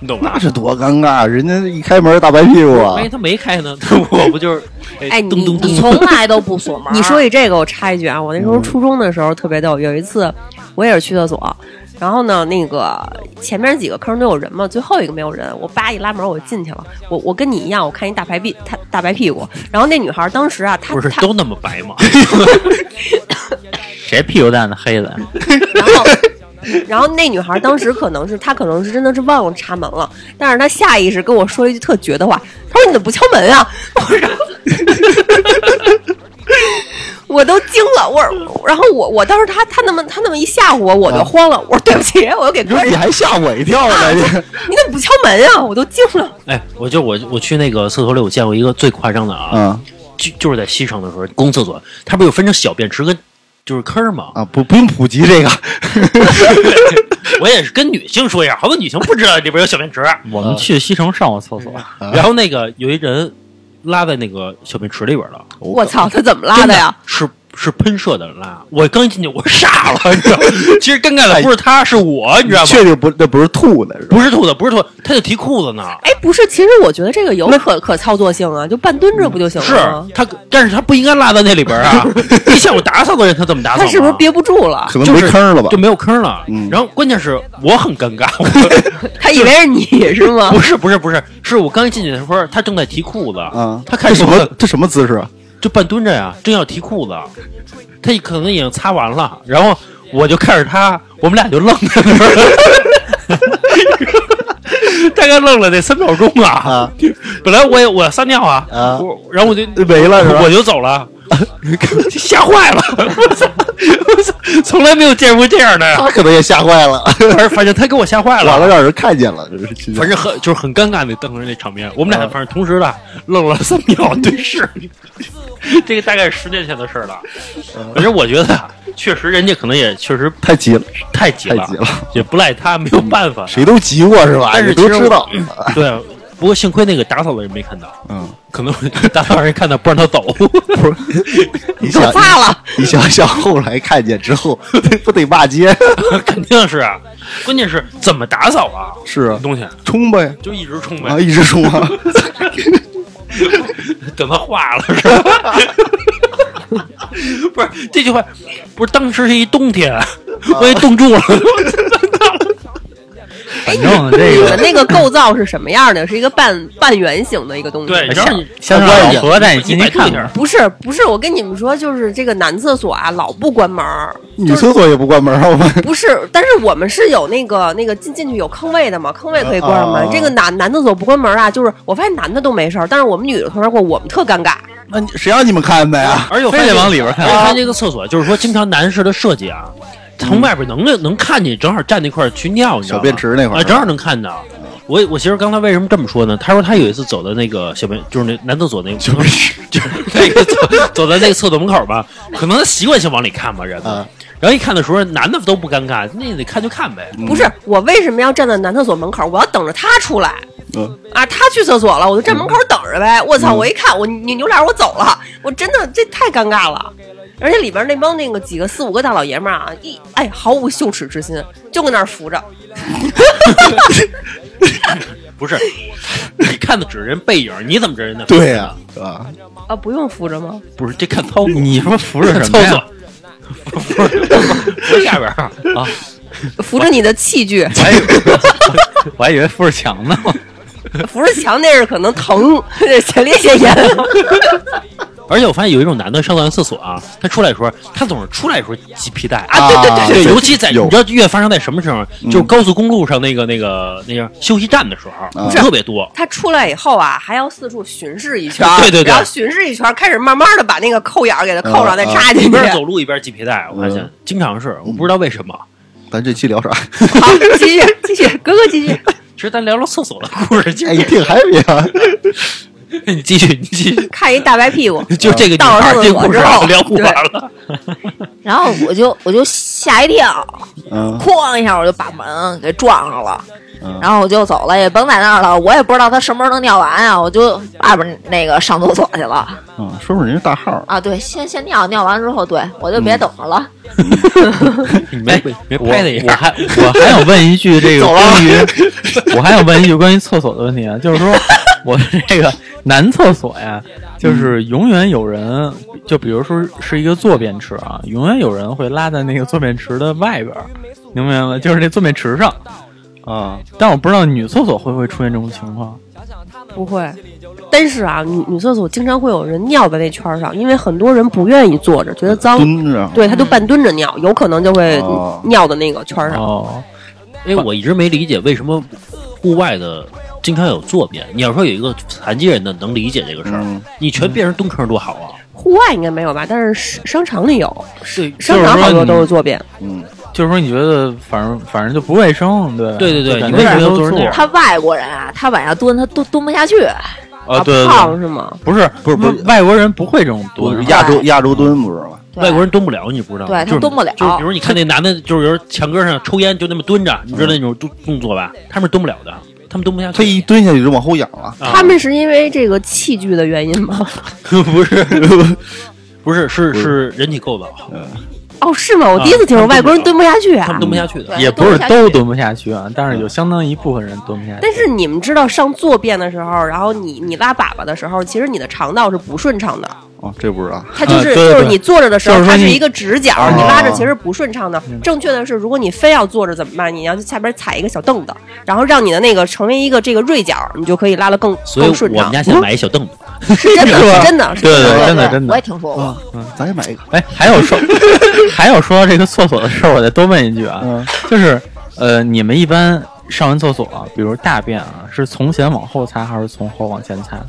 你懂吧
那？是多尴尬！人家一开门大白屁股啊
万一，他没开呢， 我不就是
哎
咚
你
咚
你
咚
从来都不锁门儿。
你说起这个，我插一句啊，我那时候初中的时候特别逗，有一次我也是去厕所，然后呢，那个前面几个坑都有人嘛，最后一个没有人，我叭一拉门我就进去了。我我跟你一样，我看一大白屁，她大白屁股，然后那女孩当时啊，她
不是
她
都那么白 吗？
谁屁股蛋子黑的？
然后，然后那女孩当时可能是她可能是真的是忘了插门了，但是她下意识跟我说了一句特绝的话，她说你怎么不敲门啊？ 我说。我都惊了，我说然后我我当时她她那么她那么一吓唬我，我就慌了，我说对不起，我又给关
你
上，
哎还吓我一跳
啊
呢！你
你怎么不敲门啊？我都惊了。
哎，我就我我去那个厕所里，我见过一个最夸张的
嗯
啊，
啊
就就是在西城的时候，公共厕所，它不是有分成小便池跟就是坑儿 吗？
啊，不不用普及这个，
我也是跟女性说一下，好多女性不知道里边有小便池。
我们去西城上过厕所，
嗯
然后那个有一人拉在那个小便池里边了，
我操，她怎么拉的呀？
是是喷射的拉。我刚一进去我傻了，你知道吗？其实尴尬的不是他，是啊我，你知道吗？
确定不那不是吐的是吧？
不是吐的，不是吐，他就提裤子呢。
哎，不是，其实我觉得这个有可可操作性啊，就半蹲着
哦
不就行
是
了吗？
他，但是他不应该拉到那里边啊！ 你想我打扫的人，他怎么打扫？
她是啊不是憋不住了？
可能
就
没
是
坑了吧
就？没有坑了。
嗯
然后关键是我很尴尬，我
她以为是你是吗
不？是不是不是，是我刚一进去的时候，他正在提裤子，
啊，
他看
这什
我
么这什么姿势啊？
就半蹲着呀，正要提裤子，他可能已经擦完了，然后我就看着他，我们俩就愣在那儿， 大概愣了得三秒钟啊。
啊
本来我也我要撒尿 啊，
啊
我然后我就
没了是吧
我就走了，吓坏了， 我操，我操，从来没有见过这样的呀，
他可能也吓坏 了，
反正反正他给我吓坏
完
了。
了让人看见了，这是真的
反正很就是很尴尬那当时那场面，我们俩反正同时的愣了三秒对视， 这个大概是十年前的事儿了。反正我觉得啊确实人家可能也确实
太急了，
太急了，
太急了
也不赖他，没有办法。
谁都急过是吧？
但是
你都
其实嗯
知道，
对，啊不过幸亏那个打扫的人没看到，
嗯，
可能打扫人看到不让他走。
你
都
想
发了。
你想想后来看见之后， 不得骂街？
肯定是啊，关键是怎么打扫啊？
是啊
东西
冲呗，
就一直冲
啊，
呗，
一直冲 啊！
等它化了是吧？不是这句话，不是当时是一冬天，啊
啊
我也冻 住了。
哎反正这
哎你
个
们那个构造是什么样的？是一个半半圆形的一个东西。
对，然后你
香
关
港
一下
老何带你进
你
去
百度
看
一
看
下，
不是不是，我跟你们说，就是这个男厕所啊，老不关门儿。
女厕所也不关门啊，我们
不是，但是我们是有那个那个进进去有坑位的嘛，坑位可以关上门。
啊
这个男男厕所不关门啊，就是我发现男的都没事儿，但是我们女的从那儿过，我们特尴尬。
那你谁让你们看的呀？
而且我
非
发
得
现
往里边
而
看
且。它这个厕所就是说，经常男士的设计啊，从外边能能看见，正好站那块儿去尿，你知道吗
小便池那块儿
啊，正好能看到。我我媳妇刚才为什么这么说呢？她说她有一次走到那个小便，就是那男厕所那个，就是那个走走在那个厕所门口吧， 可能她习惯性往里看吧，人
啊。
然后一看的时候，男的都不尴尬，那你看就看呗。
不是，我为什么要站在男厕所门口？我要等着他出来
嗯，
啊！他去厕所了，我就站门口等着呗。我
嗯
操！我一看，我扭扭脸，我走了。我真的这太尴尬了。而且里边那帮那个几个四五个大老爷们儿啊，一哎毫无羞耻之心，就搁那儿扶着。
不是，你看的只是人背影，你怎么知道人家？
对呀，啊，
啊，不用扶着吗？
不是这看操作，
你说扶着什么
看 操
呀？
作？不是不是下边儿啊，
扶着你的 器具，
我还以为我还以为扶着墙呢。
扶着墙那是可能疼，这前列腺炎。
而且我发现有一种男的上完厕所啊，他出来的时候，他总是出来的时候系皮带
啊对对对对
对，尤其在
有
你知道越发生在什么时候？就是高速公路上那个那个那个休息站的时候，
不是
特别多。
他出来以后啊，还要四处巡视一圈，
对对对
然后巡视一圈，开始慢慢的把那个扣眼儿给它扣
嗯
上，再扎进
一
去。
边走路一边系皮带，我发现
嗯
经常是，我不知道为什么。
咱这期聊啥？
好，继续继续，哥哥继续。
其实咱聊聊厕所的故事，就
哎，挺 happy 啊！
你继续，你继续，
看一大白屁股，
就这个女
到
孩
了
儿
厕
这
所
故事
之
啊
后，
聊不完 了。
然后我就我就吓一跳，
嗯
哐一下我就把门给撞上了。
嗯
然后我就走了，也甭在那儿了，我也不知道他什么时候能尿完啊，我就外边那个上厕所去了
嗯，说说人家大号儿，
啊。对，先先尿，尿完之后，对我就
嗯
别等着了。
你没没
拍他一
我还我还想问一句这个关于，我还想问一句关于厕所的问题啊，就 是说我这个男厕所呀，就是永远有人，就比如说是一个坐便池啊，永远有人会拉在那个坐便池的外边儿，明白吗？就是那坐便池上。啊、但我不知道女厕所会不会出现这种情况。
不会。但是啊，女女厕所经常会有人尿在那圈儿上，因为很多人不愿意坐着，觉得脏，
蹲着，啊
对，他就半蹲着尿，有可能就会
哦
尿到那个圈儿上。
哦，
因哎为我一直没理解为什么户外的经常有坐便。你要说有一个残疾人的能理解这个事儿，
嗯
你全变成蹲坑多好啊！
嗯
户外应该没有吧？但是商商场里有，
对
商场好多都是坐便。
嗯，
就是说你觉得反正反正就不卫生，对吧
对对对
就感
你
觉
为什么
都
要
是
做
那样？
他外国人啊，他往下蹲，他蹲蹲不下去。
啊，对对对
胖，是吗？
不是
不是不是
外国人不会这种多
不是嗯亚洲亚洲蹲不是吗？
对
外国人蹲不了，你不知道吗？就
对
是
他蹲不了
就是比如你看那男的，就是有时候墙根上抽烟就那么蹲着，你知道那种动动作吧？他们是蹲不了的，他们蹲不下去。
他一蹲下去就往后仰了，
啊
他们是因为这个器具的原因吗？
不是不是是嗯是人体构造，
哦，是吗？我第一次听
啊
说外国人蹲不下去
他
啊
们。蹲不下去的。
对
也
他
不是
下
都
去
蹲不下去啊，但是有相当一部分人蹲不下去。
但是你们知道上坐便的时候，然后你你拉粑粑的时候，其实你的肠道是不顺畅的，
哦，这不知道，
它就是、
啊对对
就是你坐着的时候，
就是说
它是
你
一个直角，你拉
啊
着其实不顺畅的。正确的是，如果你非要坐着怎么办？你要去下边踩一个小凳子，然后让你的那个成为一个这个锐角，你就可以拉得更
所以
更顺
我
畅嗯
们。家先买一小凳子，
是真的，是真的，是
对
真的
对真的真的
我也听说过。
咱也买一个，
哎，还有说， 还有说到这个厕所的事儿，我再多问一句啊，
嗯
就是呃，你们一般上完厕所、比如大便啊，是从前往后擦还是从后往前 擦？
啊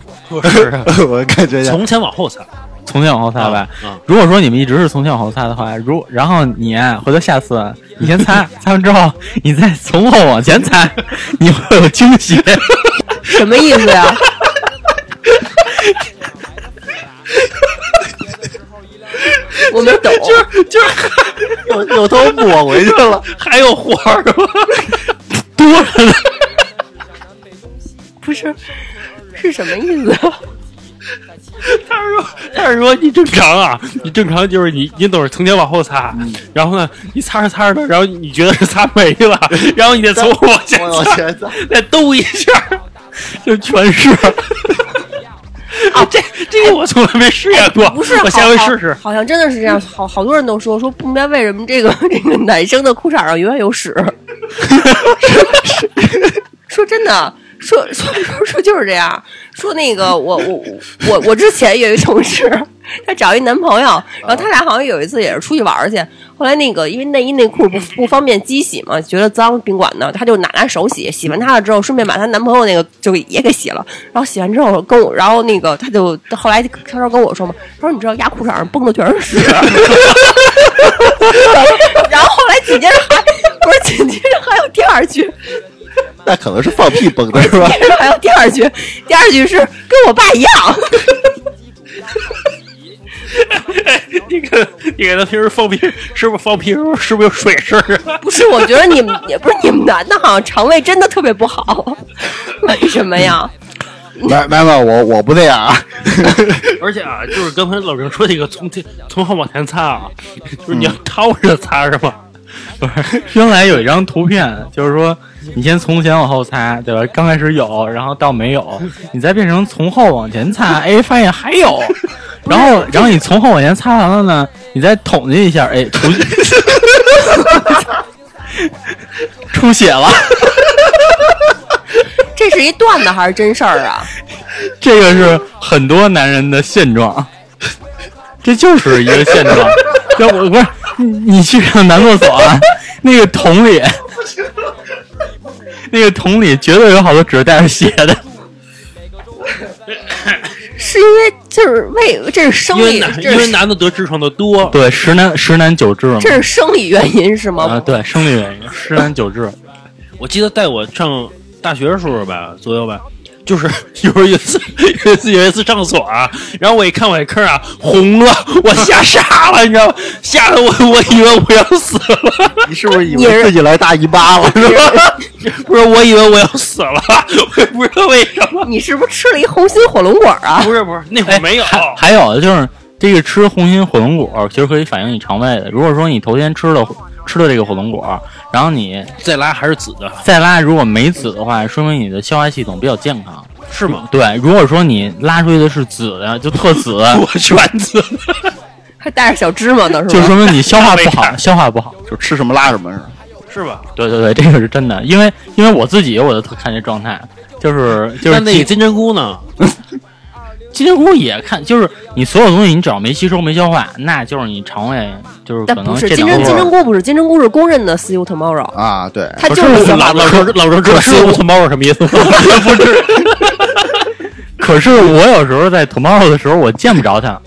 我感觉一下
从前往后擦，
从前往后擦吧。
啊啊
如果说你们一直是从前往后擦的话，如然后你啊回头下次啊你先 擦，擦完之后你再从后往前擦， 你会有倾斜。
什么意思呀？我没懂，
有有头抹回去了，
还有活儿吗？
不是是什么意 思？
但是说你正常啊，你正常就是嗯你你总是从前往后擦，然后呢，你擦着擦着，然后你觉得是擦没 了，然后你再从后往前
往
擦，
前走，
再兜一 下，就全是。 啊，这这个我从来没试验过，
不是，
我下
好
回
好
试试。
好像真的是这样，好好多人都说说不明白为什么这个这个男生的裤衩上永远有屎。说真的，说 说说说就是这样。说那个我我我我之前有一同事，她找一男朋友，然后他俩好像有一次也是出去玩儿去，后来那个因为内衣内裤不不方便机洗嘛，觉得脏宾馆的，她就拿拿手洗，洗完它了之后，顺便把她男朋友那个就也给洗了。然后洗完之后跟我，然后那个她就后来悄悄跟我说嘛，她说你知道压裤衩上蹦的全是屎。 然后 后来紧接着还不是紧接着还有第二句，
那可能是放屁崩的是吧？
接着还 有第二句，第二句是跟我爸一 样。
你看，你看他平时放屁，是不是放屁时候是不是有水声啊？
不是，我觉得你们也不是你们男的，好像肠胃真的特别不好，为什么呀？
买买买，我我不那样啊，
而且啊，就是刚才老郑说这个从前从后往前擦啊，就是你要掏着擦是吧？
不是，原来有一张图片，就是说你先从前往后擦，对吧？刚开始有，然后到没有，你再变成从后往前擦，哎，发现还有，然后然后你从后往前擦完了呢，你再统计一下，哎，出 出血了，
这是一段子还是真事儿啊？
这个是很多男人的现状， 这就是一个现状。要我不是你你去上男厕所、啊，那个桶里， 那个桶里绝对有好多纸带着血的。
是因为就是为这是生
因为
理
男，因
嗯这
为
是
男的得痔疮的多，
对，十男十男九痔嘛
这。是生理原因是吗？
啊，对，生理 原因，十男九痔。
我记得带我上大学的时候吧，左右吧，就是 就是有一次有一次有一次上锁啊，然后我一看我这坑啊红了，我吓傻了，你知道吗？吓得我 我以为我要死了，
你是不是以
你是
为自己来大姨妈了？
是吧？不是，我以为我要死了， 我也不知道为什么。
你是不是吃了一红心火龙果啊？
不是不是，那会
哎
儿没有，
还还有就是这个吃红心火龙果，其实可以反映你肠胃的。如果说你头天吃了吃了这个火龙果，然后你
再拉还是紫的，
再拉，如果没紫的话，说明你的消化系统比较健康。
是吗？
对，如果说你拉出去的是紫的，就特紫，
我全紫的，
还带着小芝麻呢，是
就
吗？
说明你消化不好，消化不好。
就吃什么拉什么是吧？
是吧？
对对对， 这个是真的，因为因为我自己我就特看这状态，就是就
那
是
那个金针菇呢？
金针菇也看，就是你所有东西你只要没吸收没消化，那就是你肠胃就是
但
可能
不是
这
金
两
针金
个
针菇不是金针菇是公认的 see you tomorrow，
啊，对，
它就是消化
老
不好
老周老周知道 C 他猫是什么意思吗？不是，
可是我有时候在 tomorrow 的时候，我见不着它，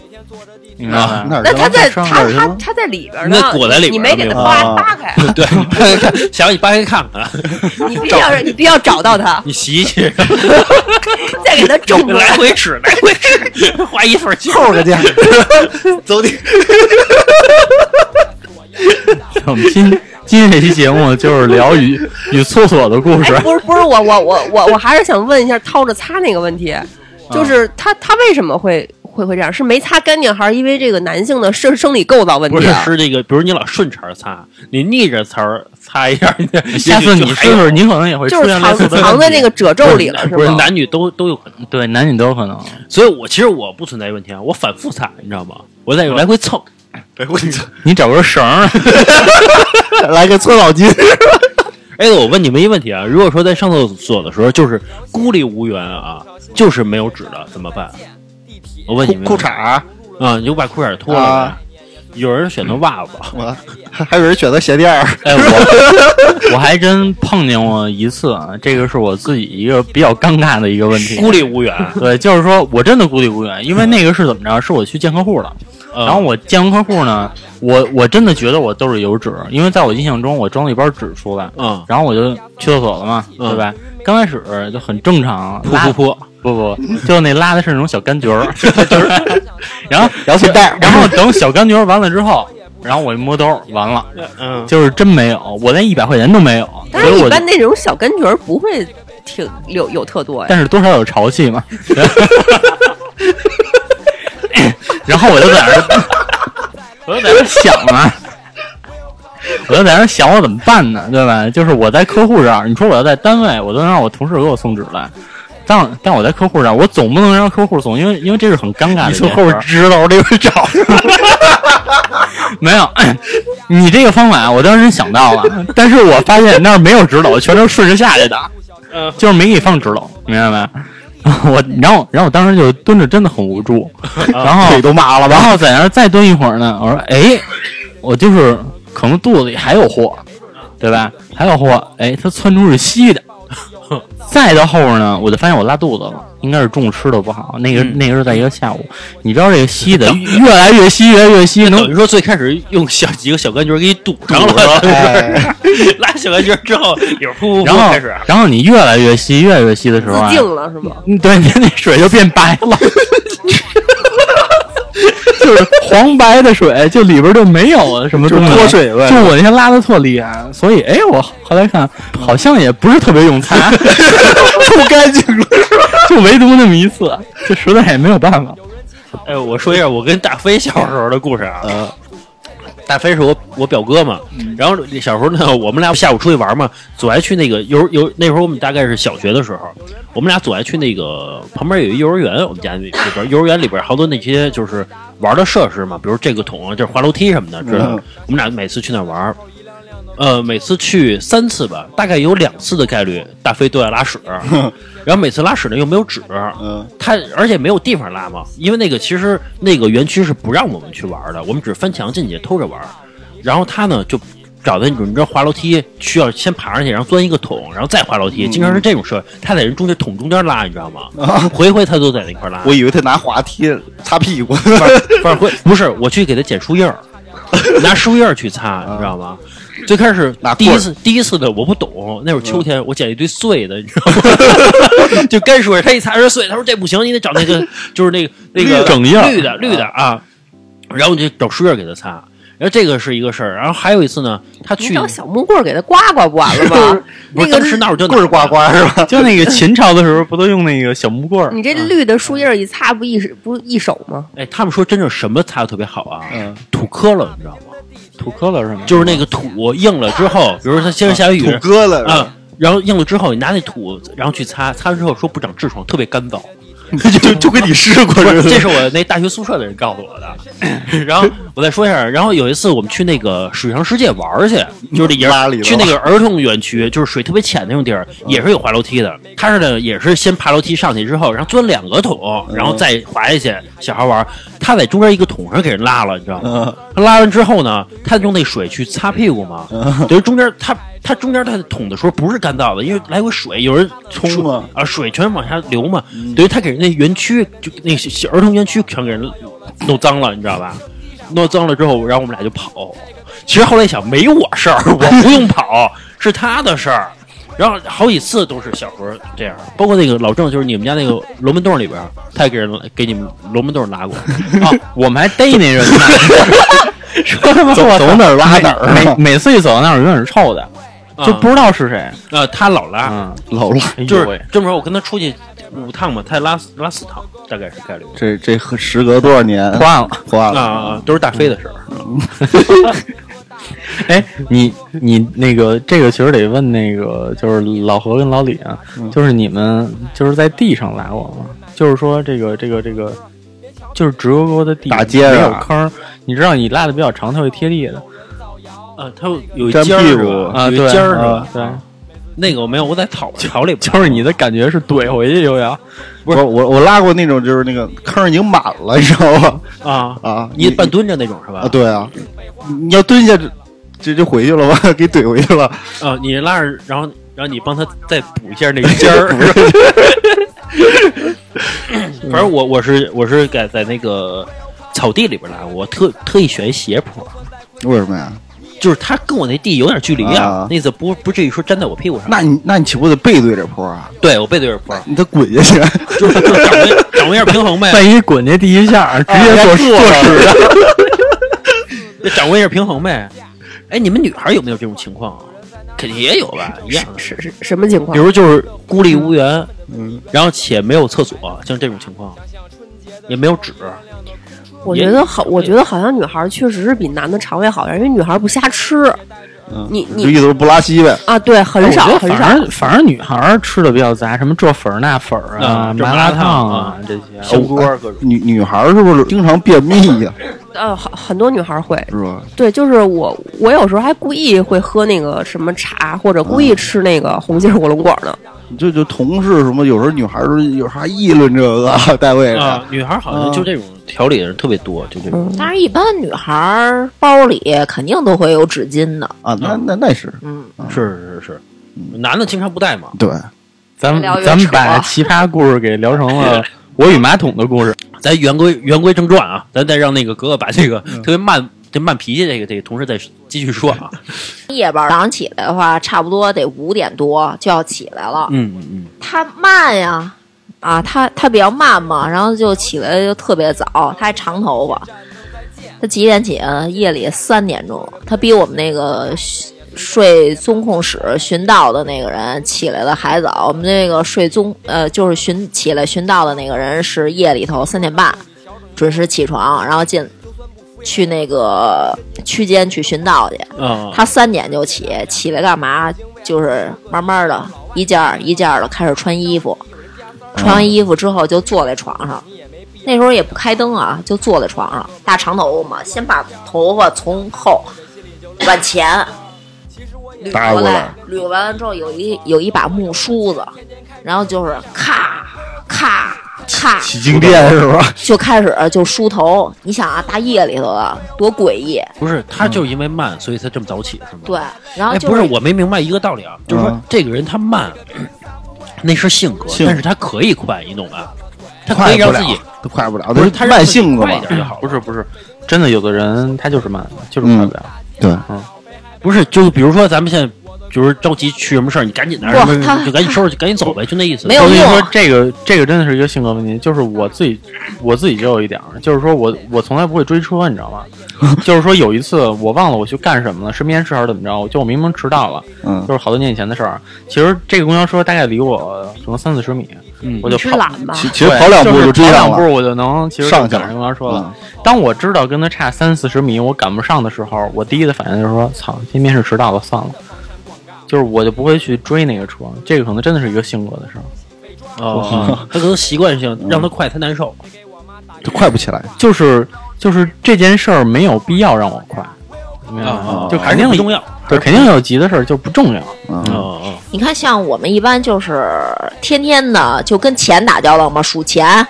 你明白
啊，
吗？
哪儿
那
去
它
了
在
上
它
哪儿去
它
了
它在里边呢，
那裹在里边
你没给
那
它
个
扒
啊
扒开，
对 你扒开看，想你扒开看看，
你必须要你必须要找到它，
你洗一 洗，
再给它种出
来
来。
回吃，来回吃， 花一份钱。
扣着去，走你。
我们今今天这期节目就是聊与与厕所的故事
哎，，不是不是，我我我我我还是想问一下掏着擦那个问题，就是它它为什么会会会这样？是没擦干净，还是因为这个男性的生生理构造问
不
题
是
啊？
是这个，比如你老顺茬擦，你逆着茬擦一下，
下次你试试，你可能也会
就
出
是
现类
藏
似的
藏在
问题
那个褶皱里了，
不是
吗？
男女都都有可能。
对男女都有可能。
所以我其实我不存在问题啊，我反复擦，你知道吗？我在来回蹭，来回蹭。
你找根绳儿，啊
来个搓澡巾，
哎，我问你们一个问题啊，如果说在上厕所的时候就是孤立无援啊，就是没有纸了，怎么办？我问你们
裤衩儿，
啊，你就把裤衩脱了呗。
啊
有人选择袜 子，
我还有人选择鞋垫儿，
哎，我我 还真碰见过一次啊，这个是我自己一个比较尴尬的一个问题。
孤立无 援。
对，就是说我真的孤立无援，因为那个是怎么着？是我去见客户了，
嗯
然后我见完客户呢，我我真的觉得我兜里有纸，因为在我印象中我装了一包纸出来，
嗯，
然后我就去厕所了嘛，
嗯
对吧？刚开始就很正常，
噗
拉
噗噗，
不不，就那拉的是那种小柑 橘儿，然后
然后带儿
然后等小柑橘儿完了之后，然后我一摸兜儿，完了，
嗯，
就是真没有，我连一百块钱都没有，
但
所
是
以
一
我就
般那种小根儿不会挺有有特多呀。
但是多少有潮气嘛。 然后我就在那儿，我就在那儿想啊，我就在那儿想我怎么办呢，对吧？就是我在客户这儿，你说我要在单位，我都能让我同事给我送纸来。但但我在客户这儿，我总不能让客户送，因为因为这是很尴尬的一件事儿。
指导里边找，
没有， 你这个方法啊我当时想到了，但是我发现那儿没有纸篓，全都顺着下去的，就是没给你放纸篓，明白没？我然后然后我当时就蹲着，真的很无助，然后
腿都麻了
然
吧？
后在那儿再蹲一会儿呢，我说哎，我就是可能肚子里还有货，对吧？还有货，哎，它窜出是稀的。再到后边呢，我就发现我拉肚子了，应该是中午吃的不好。那个、那个是在一个下午，你知道这个稀的越来越稀，越来越稀，能
等于说最开始用小几个小柑橘给你堵上了，
哎，
拉小柑橘之后，里边噗噗
然
噗
后
开始。
然后你越来越稀，越来越稀的时候、
自
啊，
净了是吗？
嗯对，你那水就变白了， 就是黄白的水，就里边就没有什么东西，
就脱水呗
就我那天拉的特厉害，所以哎，我后来看好像也不是特别用 擦，
不干净了。
就唯独那么一次，这实在也没有办法。
哎，我说一下我跟大飞小时候的故事啊。大飞是我我表哥嘛，然后小时候呢，我们俩下午出去玩嘛，总爱去那个幼儿幼，那会儿我们大概是小学的时候，我们俩总爱去那个旁边有一幼儿园，我们家里边幼儿园里边好多那些就是玩的设施嘛，比如这个桶啊，就是滑楼梯什么的，知道吗？
嗯
我们俩每次去那儿玩儿，呃，每次去三次吧，大概有两次的概率大飞都要拉屎，然后每次拉屎呢又没有纸，
嗯，
他而且没有地方拉嘛，因为那个其实那个园区是不让我们去玩的，我们只是翻墙进去偷着玩。然后他呢就找的那种你知道滑楼梯需要先爬上去，然后钻一个桶，然后再滑楼梯，经常是这种事。他在人中间桶中间拉，你知道吗？回回他都在那块拉。
我以为他拿滑梯擦屁股，
不是不是不是，我去给他捡树叶儿，拿树叶儿去擦，你知道吗？最开始
拿
第
棍
一
儿
次第一次的我不懂，那会儿秋天我捡一堆碎的，你知道吗？ 就泔水，他一擦是碎，他说这不行，你得找那个就是那个那
绿
个
的整样
绿的绿的啊，然后我就找树叶给他擦。然后这个是一个事儿，然后还有一次呢，他
你
去
找小木棍儿给它刮刮不完了吗？
不
那
是
个
当时那会儿就
棍儿刮
瓜，
刮是吧？
就那个秦朝的时候，不都用那个小木棍儿？
你这绿的树叶儿一擦不一手不一手吗？
哎，他们说真正什么擦的特别好啊，
嗯，
土坷了，你知道吗？
土坷了是吗？
就是那个土硬了之后，比如说它先是下雨，
土疙瘩是吧
啊，然后硬了之后，你拿那土，然后去擦，擦完之后说不长痔疮，特别干燥。
就就跟你试过
不
似
是，
的。
这是我那大学宿舍的人告诉我的。 然后我再说一下，然后有一次我们去那个水上世界玩儿去，就是那也
拉里嗯
是
头
去那个儿童园区，就是水特别浅那种地儿，也是有滑楼梯的。他是呢，也是先爬楼梯上去之后，然后钻两个桶，
嗯
然后再滑下去，小孩玩儿。他在中间一个桶上给人拉了，你知道
嗯
吗？他拉完之后呢，他用那水去擦屁股嘛，
嗯
等于中间他。他中间他捅的时候不是干燥的，因为来回水，有人
冲嗯
水
嘛
啊，水全往下流嘛，等于他给人那园区就那小儿童园区全给人弄脏了，你知道吧？弄脏了之后，然后我们俩就跑。其实后来一想，没我事儿， 我不用跑，是他的事儿。然后好几次都是小时候这样，包括那个老郑，就是你们家那个龙门洞里边，他也给人给你们龙门洞拉过。
啊，我们还逮那 人呢，说他妈
走
我操
走哪儿拉哪儿
每每每次一走到那儿永远是臭的，就不知道是谁。
啊、他老拉，
嗯，
老了，
啊哎哎呦
就是
喂
这么说，我跟他出去五趟嘛，他拉四拉四趟，大概是概率。
这这和时隔多少年
破案了。
破案
啊
了？
啊，啊都是大飞的事儿。
哎，你你那个这个其实得问那个，就是老何跟老李啊，就是你们就是在地上拉过吗？就是说这个这个这个，就是直勾勾的地，
大街上
没有坑儿。你知道你拉的比较长，它会贴地的
啊，他有一
粘
尖儿
屁
是
股
吧？
啊，
有
对，
一尖儿是
啊
吧？
对，
那个我没有，我在草草里边儿。
就是你的感觉是怼回去就要。
不是我我拉过那种就是那个坑已经满了，你知道吗？
啊
啊
你半蹲着那种是吧？
啊，对啊，你要蹲下这这就回去了吧， 给怼回去了。
啊，你拉着，然后然后你帮他再补一下那个尖儿。 反
嗯
正我我是我是在在那个草地里边拉，我特特意选一斜坡，
为什么呀？
就是它跟我那地有点距离
啊
那次不不至于说粘在我屁股上。
那你那你岂不得背对着坡啊？
对我背对着坡，
你得滚下去，
就是就是掌握掌握一下平衡呗，
万一滚下第一下，直接坐坐实了。
掌握一下平衡呗。哎，你们女孩有没有这种情况啊？肯定也有吧，一样的。
是是什么情况
比？如就是孤立无援，嗯，然后且没有厕所，像这种情况，也没有纸，
我觉得好，我觉得好像女孩儿确实是比男的肠胃好点儿，因为女孩儿不瞎吃。
嗯
你
就
你
一头不拉稀呗。
啊，对，很少
哎我觉得
很
反
少。
正反正女孩儿吃的比较杂，什么这粉儿那粉儿
啊
啊，
这麻
麻
辣
辣
烫
烫
啊
啊这些。
香锅各种。
女女孩儿是不是经常便秘呀？
呃，很很多女孩儿会，
是吧？
对，就是我我有时候还故意会喝那个什么茶，或者
嗯
故意吃那个红杏儿火龙果呢。
你就就同事什么，有时候女孩儿有时候还议论这个大卫呢
啊，女孩好像就这种调理的人特别多，就这
嗯
种。
但是，一般女孩儿包里肯定都会有纸巾的。
啊，那那那是
是是是是，男的经常不带嘛。
对，
咱
越聊
们
越
咱们
扯
把奇葩故事给聊成 了我与马桶的故事。
咱言归言归正传啊，咱再让那个格格把这个特别慢这慢脾气这个这个同事再继续说啊。
夜班儿早上起来的话，差不多得五点多就要起来了。
嗯嗯嗯，
他慢呀，啊，他他比较慢嘛，然后就起来就特别早，他还长头发。他几点起啊？夜里三点钟，他比我们那个巡睡综控室巡道的那个人起来的还早。我们那个睡综呃，就是巡起来巡道的那个人是夜里头三点半准时起床，然后进去那个区间去巡道去。
嗯
啊，
他三点就起，起来干嘛？就是慢慢的一件儿一件的开始穿衣服，穿完衣服之后就坐在床上。那时候也不开灯啊，就坐在床上，大长头发嘛，先把头发从后往前捋
搭
过
过
来
来，
捋完了之后有一有一把木梳子，然后就是咔咔 咔，
起静电是吧？
就开始就梳头。你想啊，大夜里头的多诡异，
不是，他就是因为慢，所以他这么早起是吗？
对。然后
哎，
就
不是，我没明白一个道理啊，就是说这个人他慢， 那是性格，
性格
但是他可以快，你懂吧？他可
快
以让
不
自
了
己，
都快不了，
不是
都
他让
慢
自己
性子
嗯
快一
嘛。
点就好了。
嗯
啊不是不是，真的有的人他就是慢，就是快不了。
对，
不是，就比如说咱们现在就是着急去什么事儿，你赶紧的，什
不
么
他
就赶紧收拾，赶紧走呗，就那意思。
没有
我跟你
用
说，这个这个真的是一个性格问题，就是我自己，我自己就有一点儿，就是说我我从来不会追车，你知道吗？ 就是说有一次我忘了我去干什么了，是面试还是怎么着，就我明明迟到了，
嗯
就是好多年以前的事儿。其实这个公交车大概离我可能三四十米，
嗯
我就是跑。
懒吧？
其其实跑两步
对
就
就
追
是跑
上
两
了，
步我就能其实就
上去
赶
了
上公交车了
嗯。
当我知道跟他差三四十米，我赶不上的时候，我第一的反应就是说：“操，今天是迟到了，算了。”就是我就不会去追那个车，这个可能真的是一个性格的事儿。
哦，他可能习惯性让他快，他难 受。
就快不起来。
就是就是这件事儿没有必要让我快，明白
啊
吗
啊
就
还
肯
是
定
不重要，
对，肯定有急的事儿就不重要。
哦
嗯，
哦，
你看，像我们一般就是天天的就跟钱打交道嘛，数钱。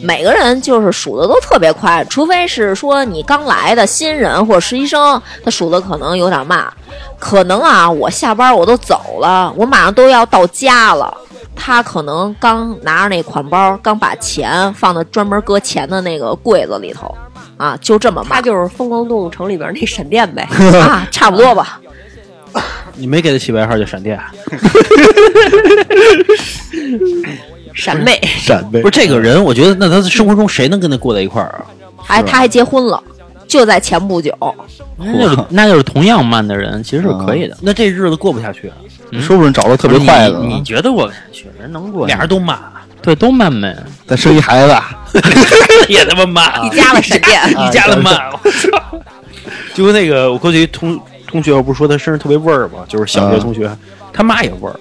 每个人就是数的都特别快，除非是说你刚来的新人或者实习生，他数的可能有点慢。可能啊，我下班我都走了，我马上都要到家了，他可能刚拿着那款包，刚把钱放到专门搁钱的那个柜子里头，啊，就这么
他
慢
就是《疯狂动物城》里边那闪电呗。
啊，差不多吧。
你没给他起外号叫闪电，
闪妹，
闪呗
不是这个人，我觉得那他生活中谁能跟他过在一块儿啊？
哎，他还结婚了，就在前不久。
那就是那就是同样慢的人其实是可以的，
嗯那这日子过不下去啊，
说不准找了特别快的
不是你你
呢，
觉得过不下去，人能过，
俩
俩人都慢，
对，都慢呗。
再生一孩子，啊
也他妈慢，
一家的闪电，
一家的慢，我操！就跟那个我过去同同学，我不是说他身上特别味儿吗？就是小学同学，他妈也味儿，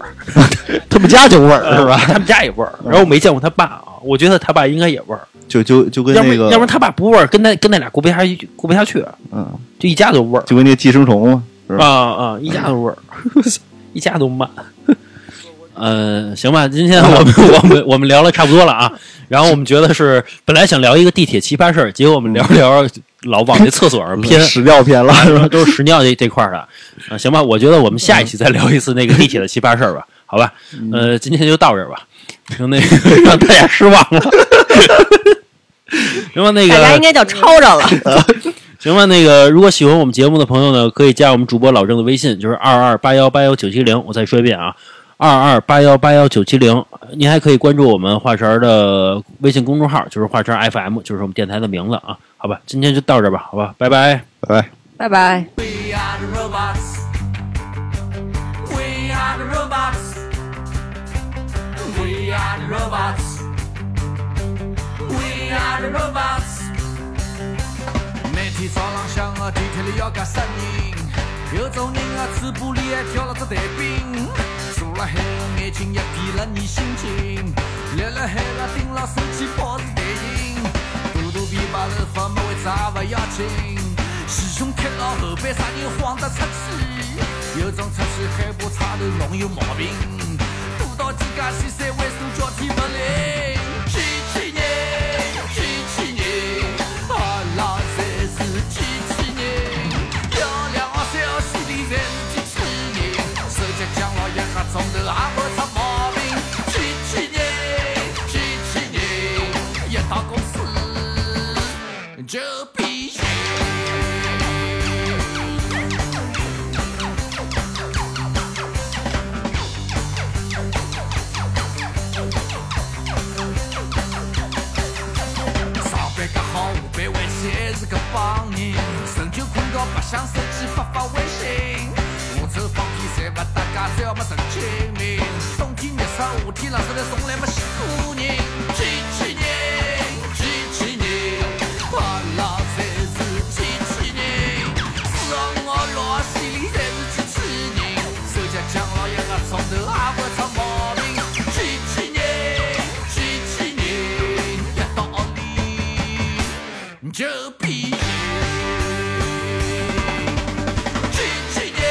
他们家就味儿是
是吧？
吧？
他们家也 味儿，然后我没见过他爸啊，我觉得他爸应该也味儿，
就就就跟
要不
那
然
个，
要不然他爸不味儿，跟那跟那俩过不下去过不下去，
嗯，
就一家都 味儿
就跟那个寄生虫嘛，是
啊
吧？
啊，一家都味儿， 一家都 慢。嗯，行吧， 今天我们我们我们聊了差不多了啊，然后我们觉得是本来想聊一个地铁奇葩事儿，结果我们 聊着聊着老往那厕所上偏，
屎尿片了是 吧？
都是屎尿这这块儿的啊。行吧，我觉得我们下一期再聊一次那个地铁的奇葩事儿吧，好吧？呃，今天就到这儿吧，行，那个 让大家失望了。行吧，那
大家
个
应该叫抄着 了。
行吧，那个如果喜欢我们节目的朋友呢，可以加我们主播老郑的微信，就是二二八幺八幺九七零。我再说一遍啊，二二八幺八幺九七零。您还可以关注我们华晨儿的微信公众号，就是华晨儿 FM，就是我们电台的名字啊。好吧，今天就到这儿吧，好吧，拜拜。
拜拜。
拜拜。
We are the robots. We are the robots. We are the robots. We are the robots. 每天早浪向啊，地铁里要夹杀人，有种人啊，嘴巴里还挑了只蛋饼。坐了海个眼睛也变了你心情，立了海个盯牢手机保持淡定。大肚皮白头发没位置也不要紧，前胸贴牢后背啥人晃得出去？有种出去害怕差头弄有毛病，多到几家西山为数叫天不灵。机器人，机器人，阿拉侪是机器人，漂亮二三二四里侪是机器人，手脚脚老一个钟头也没出毛病。机器人，机器人，一到公司就变形。上班夹好，下班回去还是个帮人。晨就困觉，白相手机发发微信。下昼放屁，侪勿搭界，侪要没神经病。冬天热死，夏天冷死，来从来没死过人。机器人，机器人，阿拉侪是机器人。四号、五号、六号、系里侪是机器人。手脚僵牢一个钟头也勿出毛病。机器人，机器人，一到屋里就变形。机器人，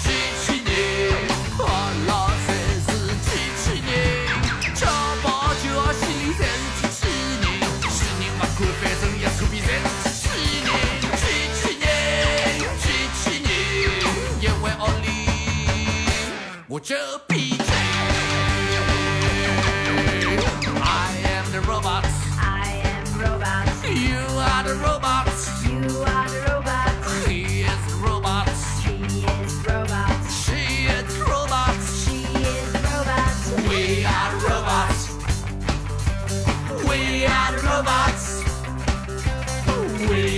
机器人，阿拉侪是机器人，吃饱就要洗脸，侪是机器人，死人勿管，反正一臭屁侪是机器人。机器人，机器人，一回屋里我就变形。I am the robot.
I am robot.
You are the robot.
You are the robot.
He is the robot.
She is
robots. We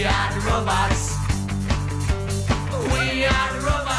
are the robots. We are the robots.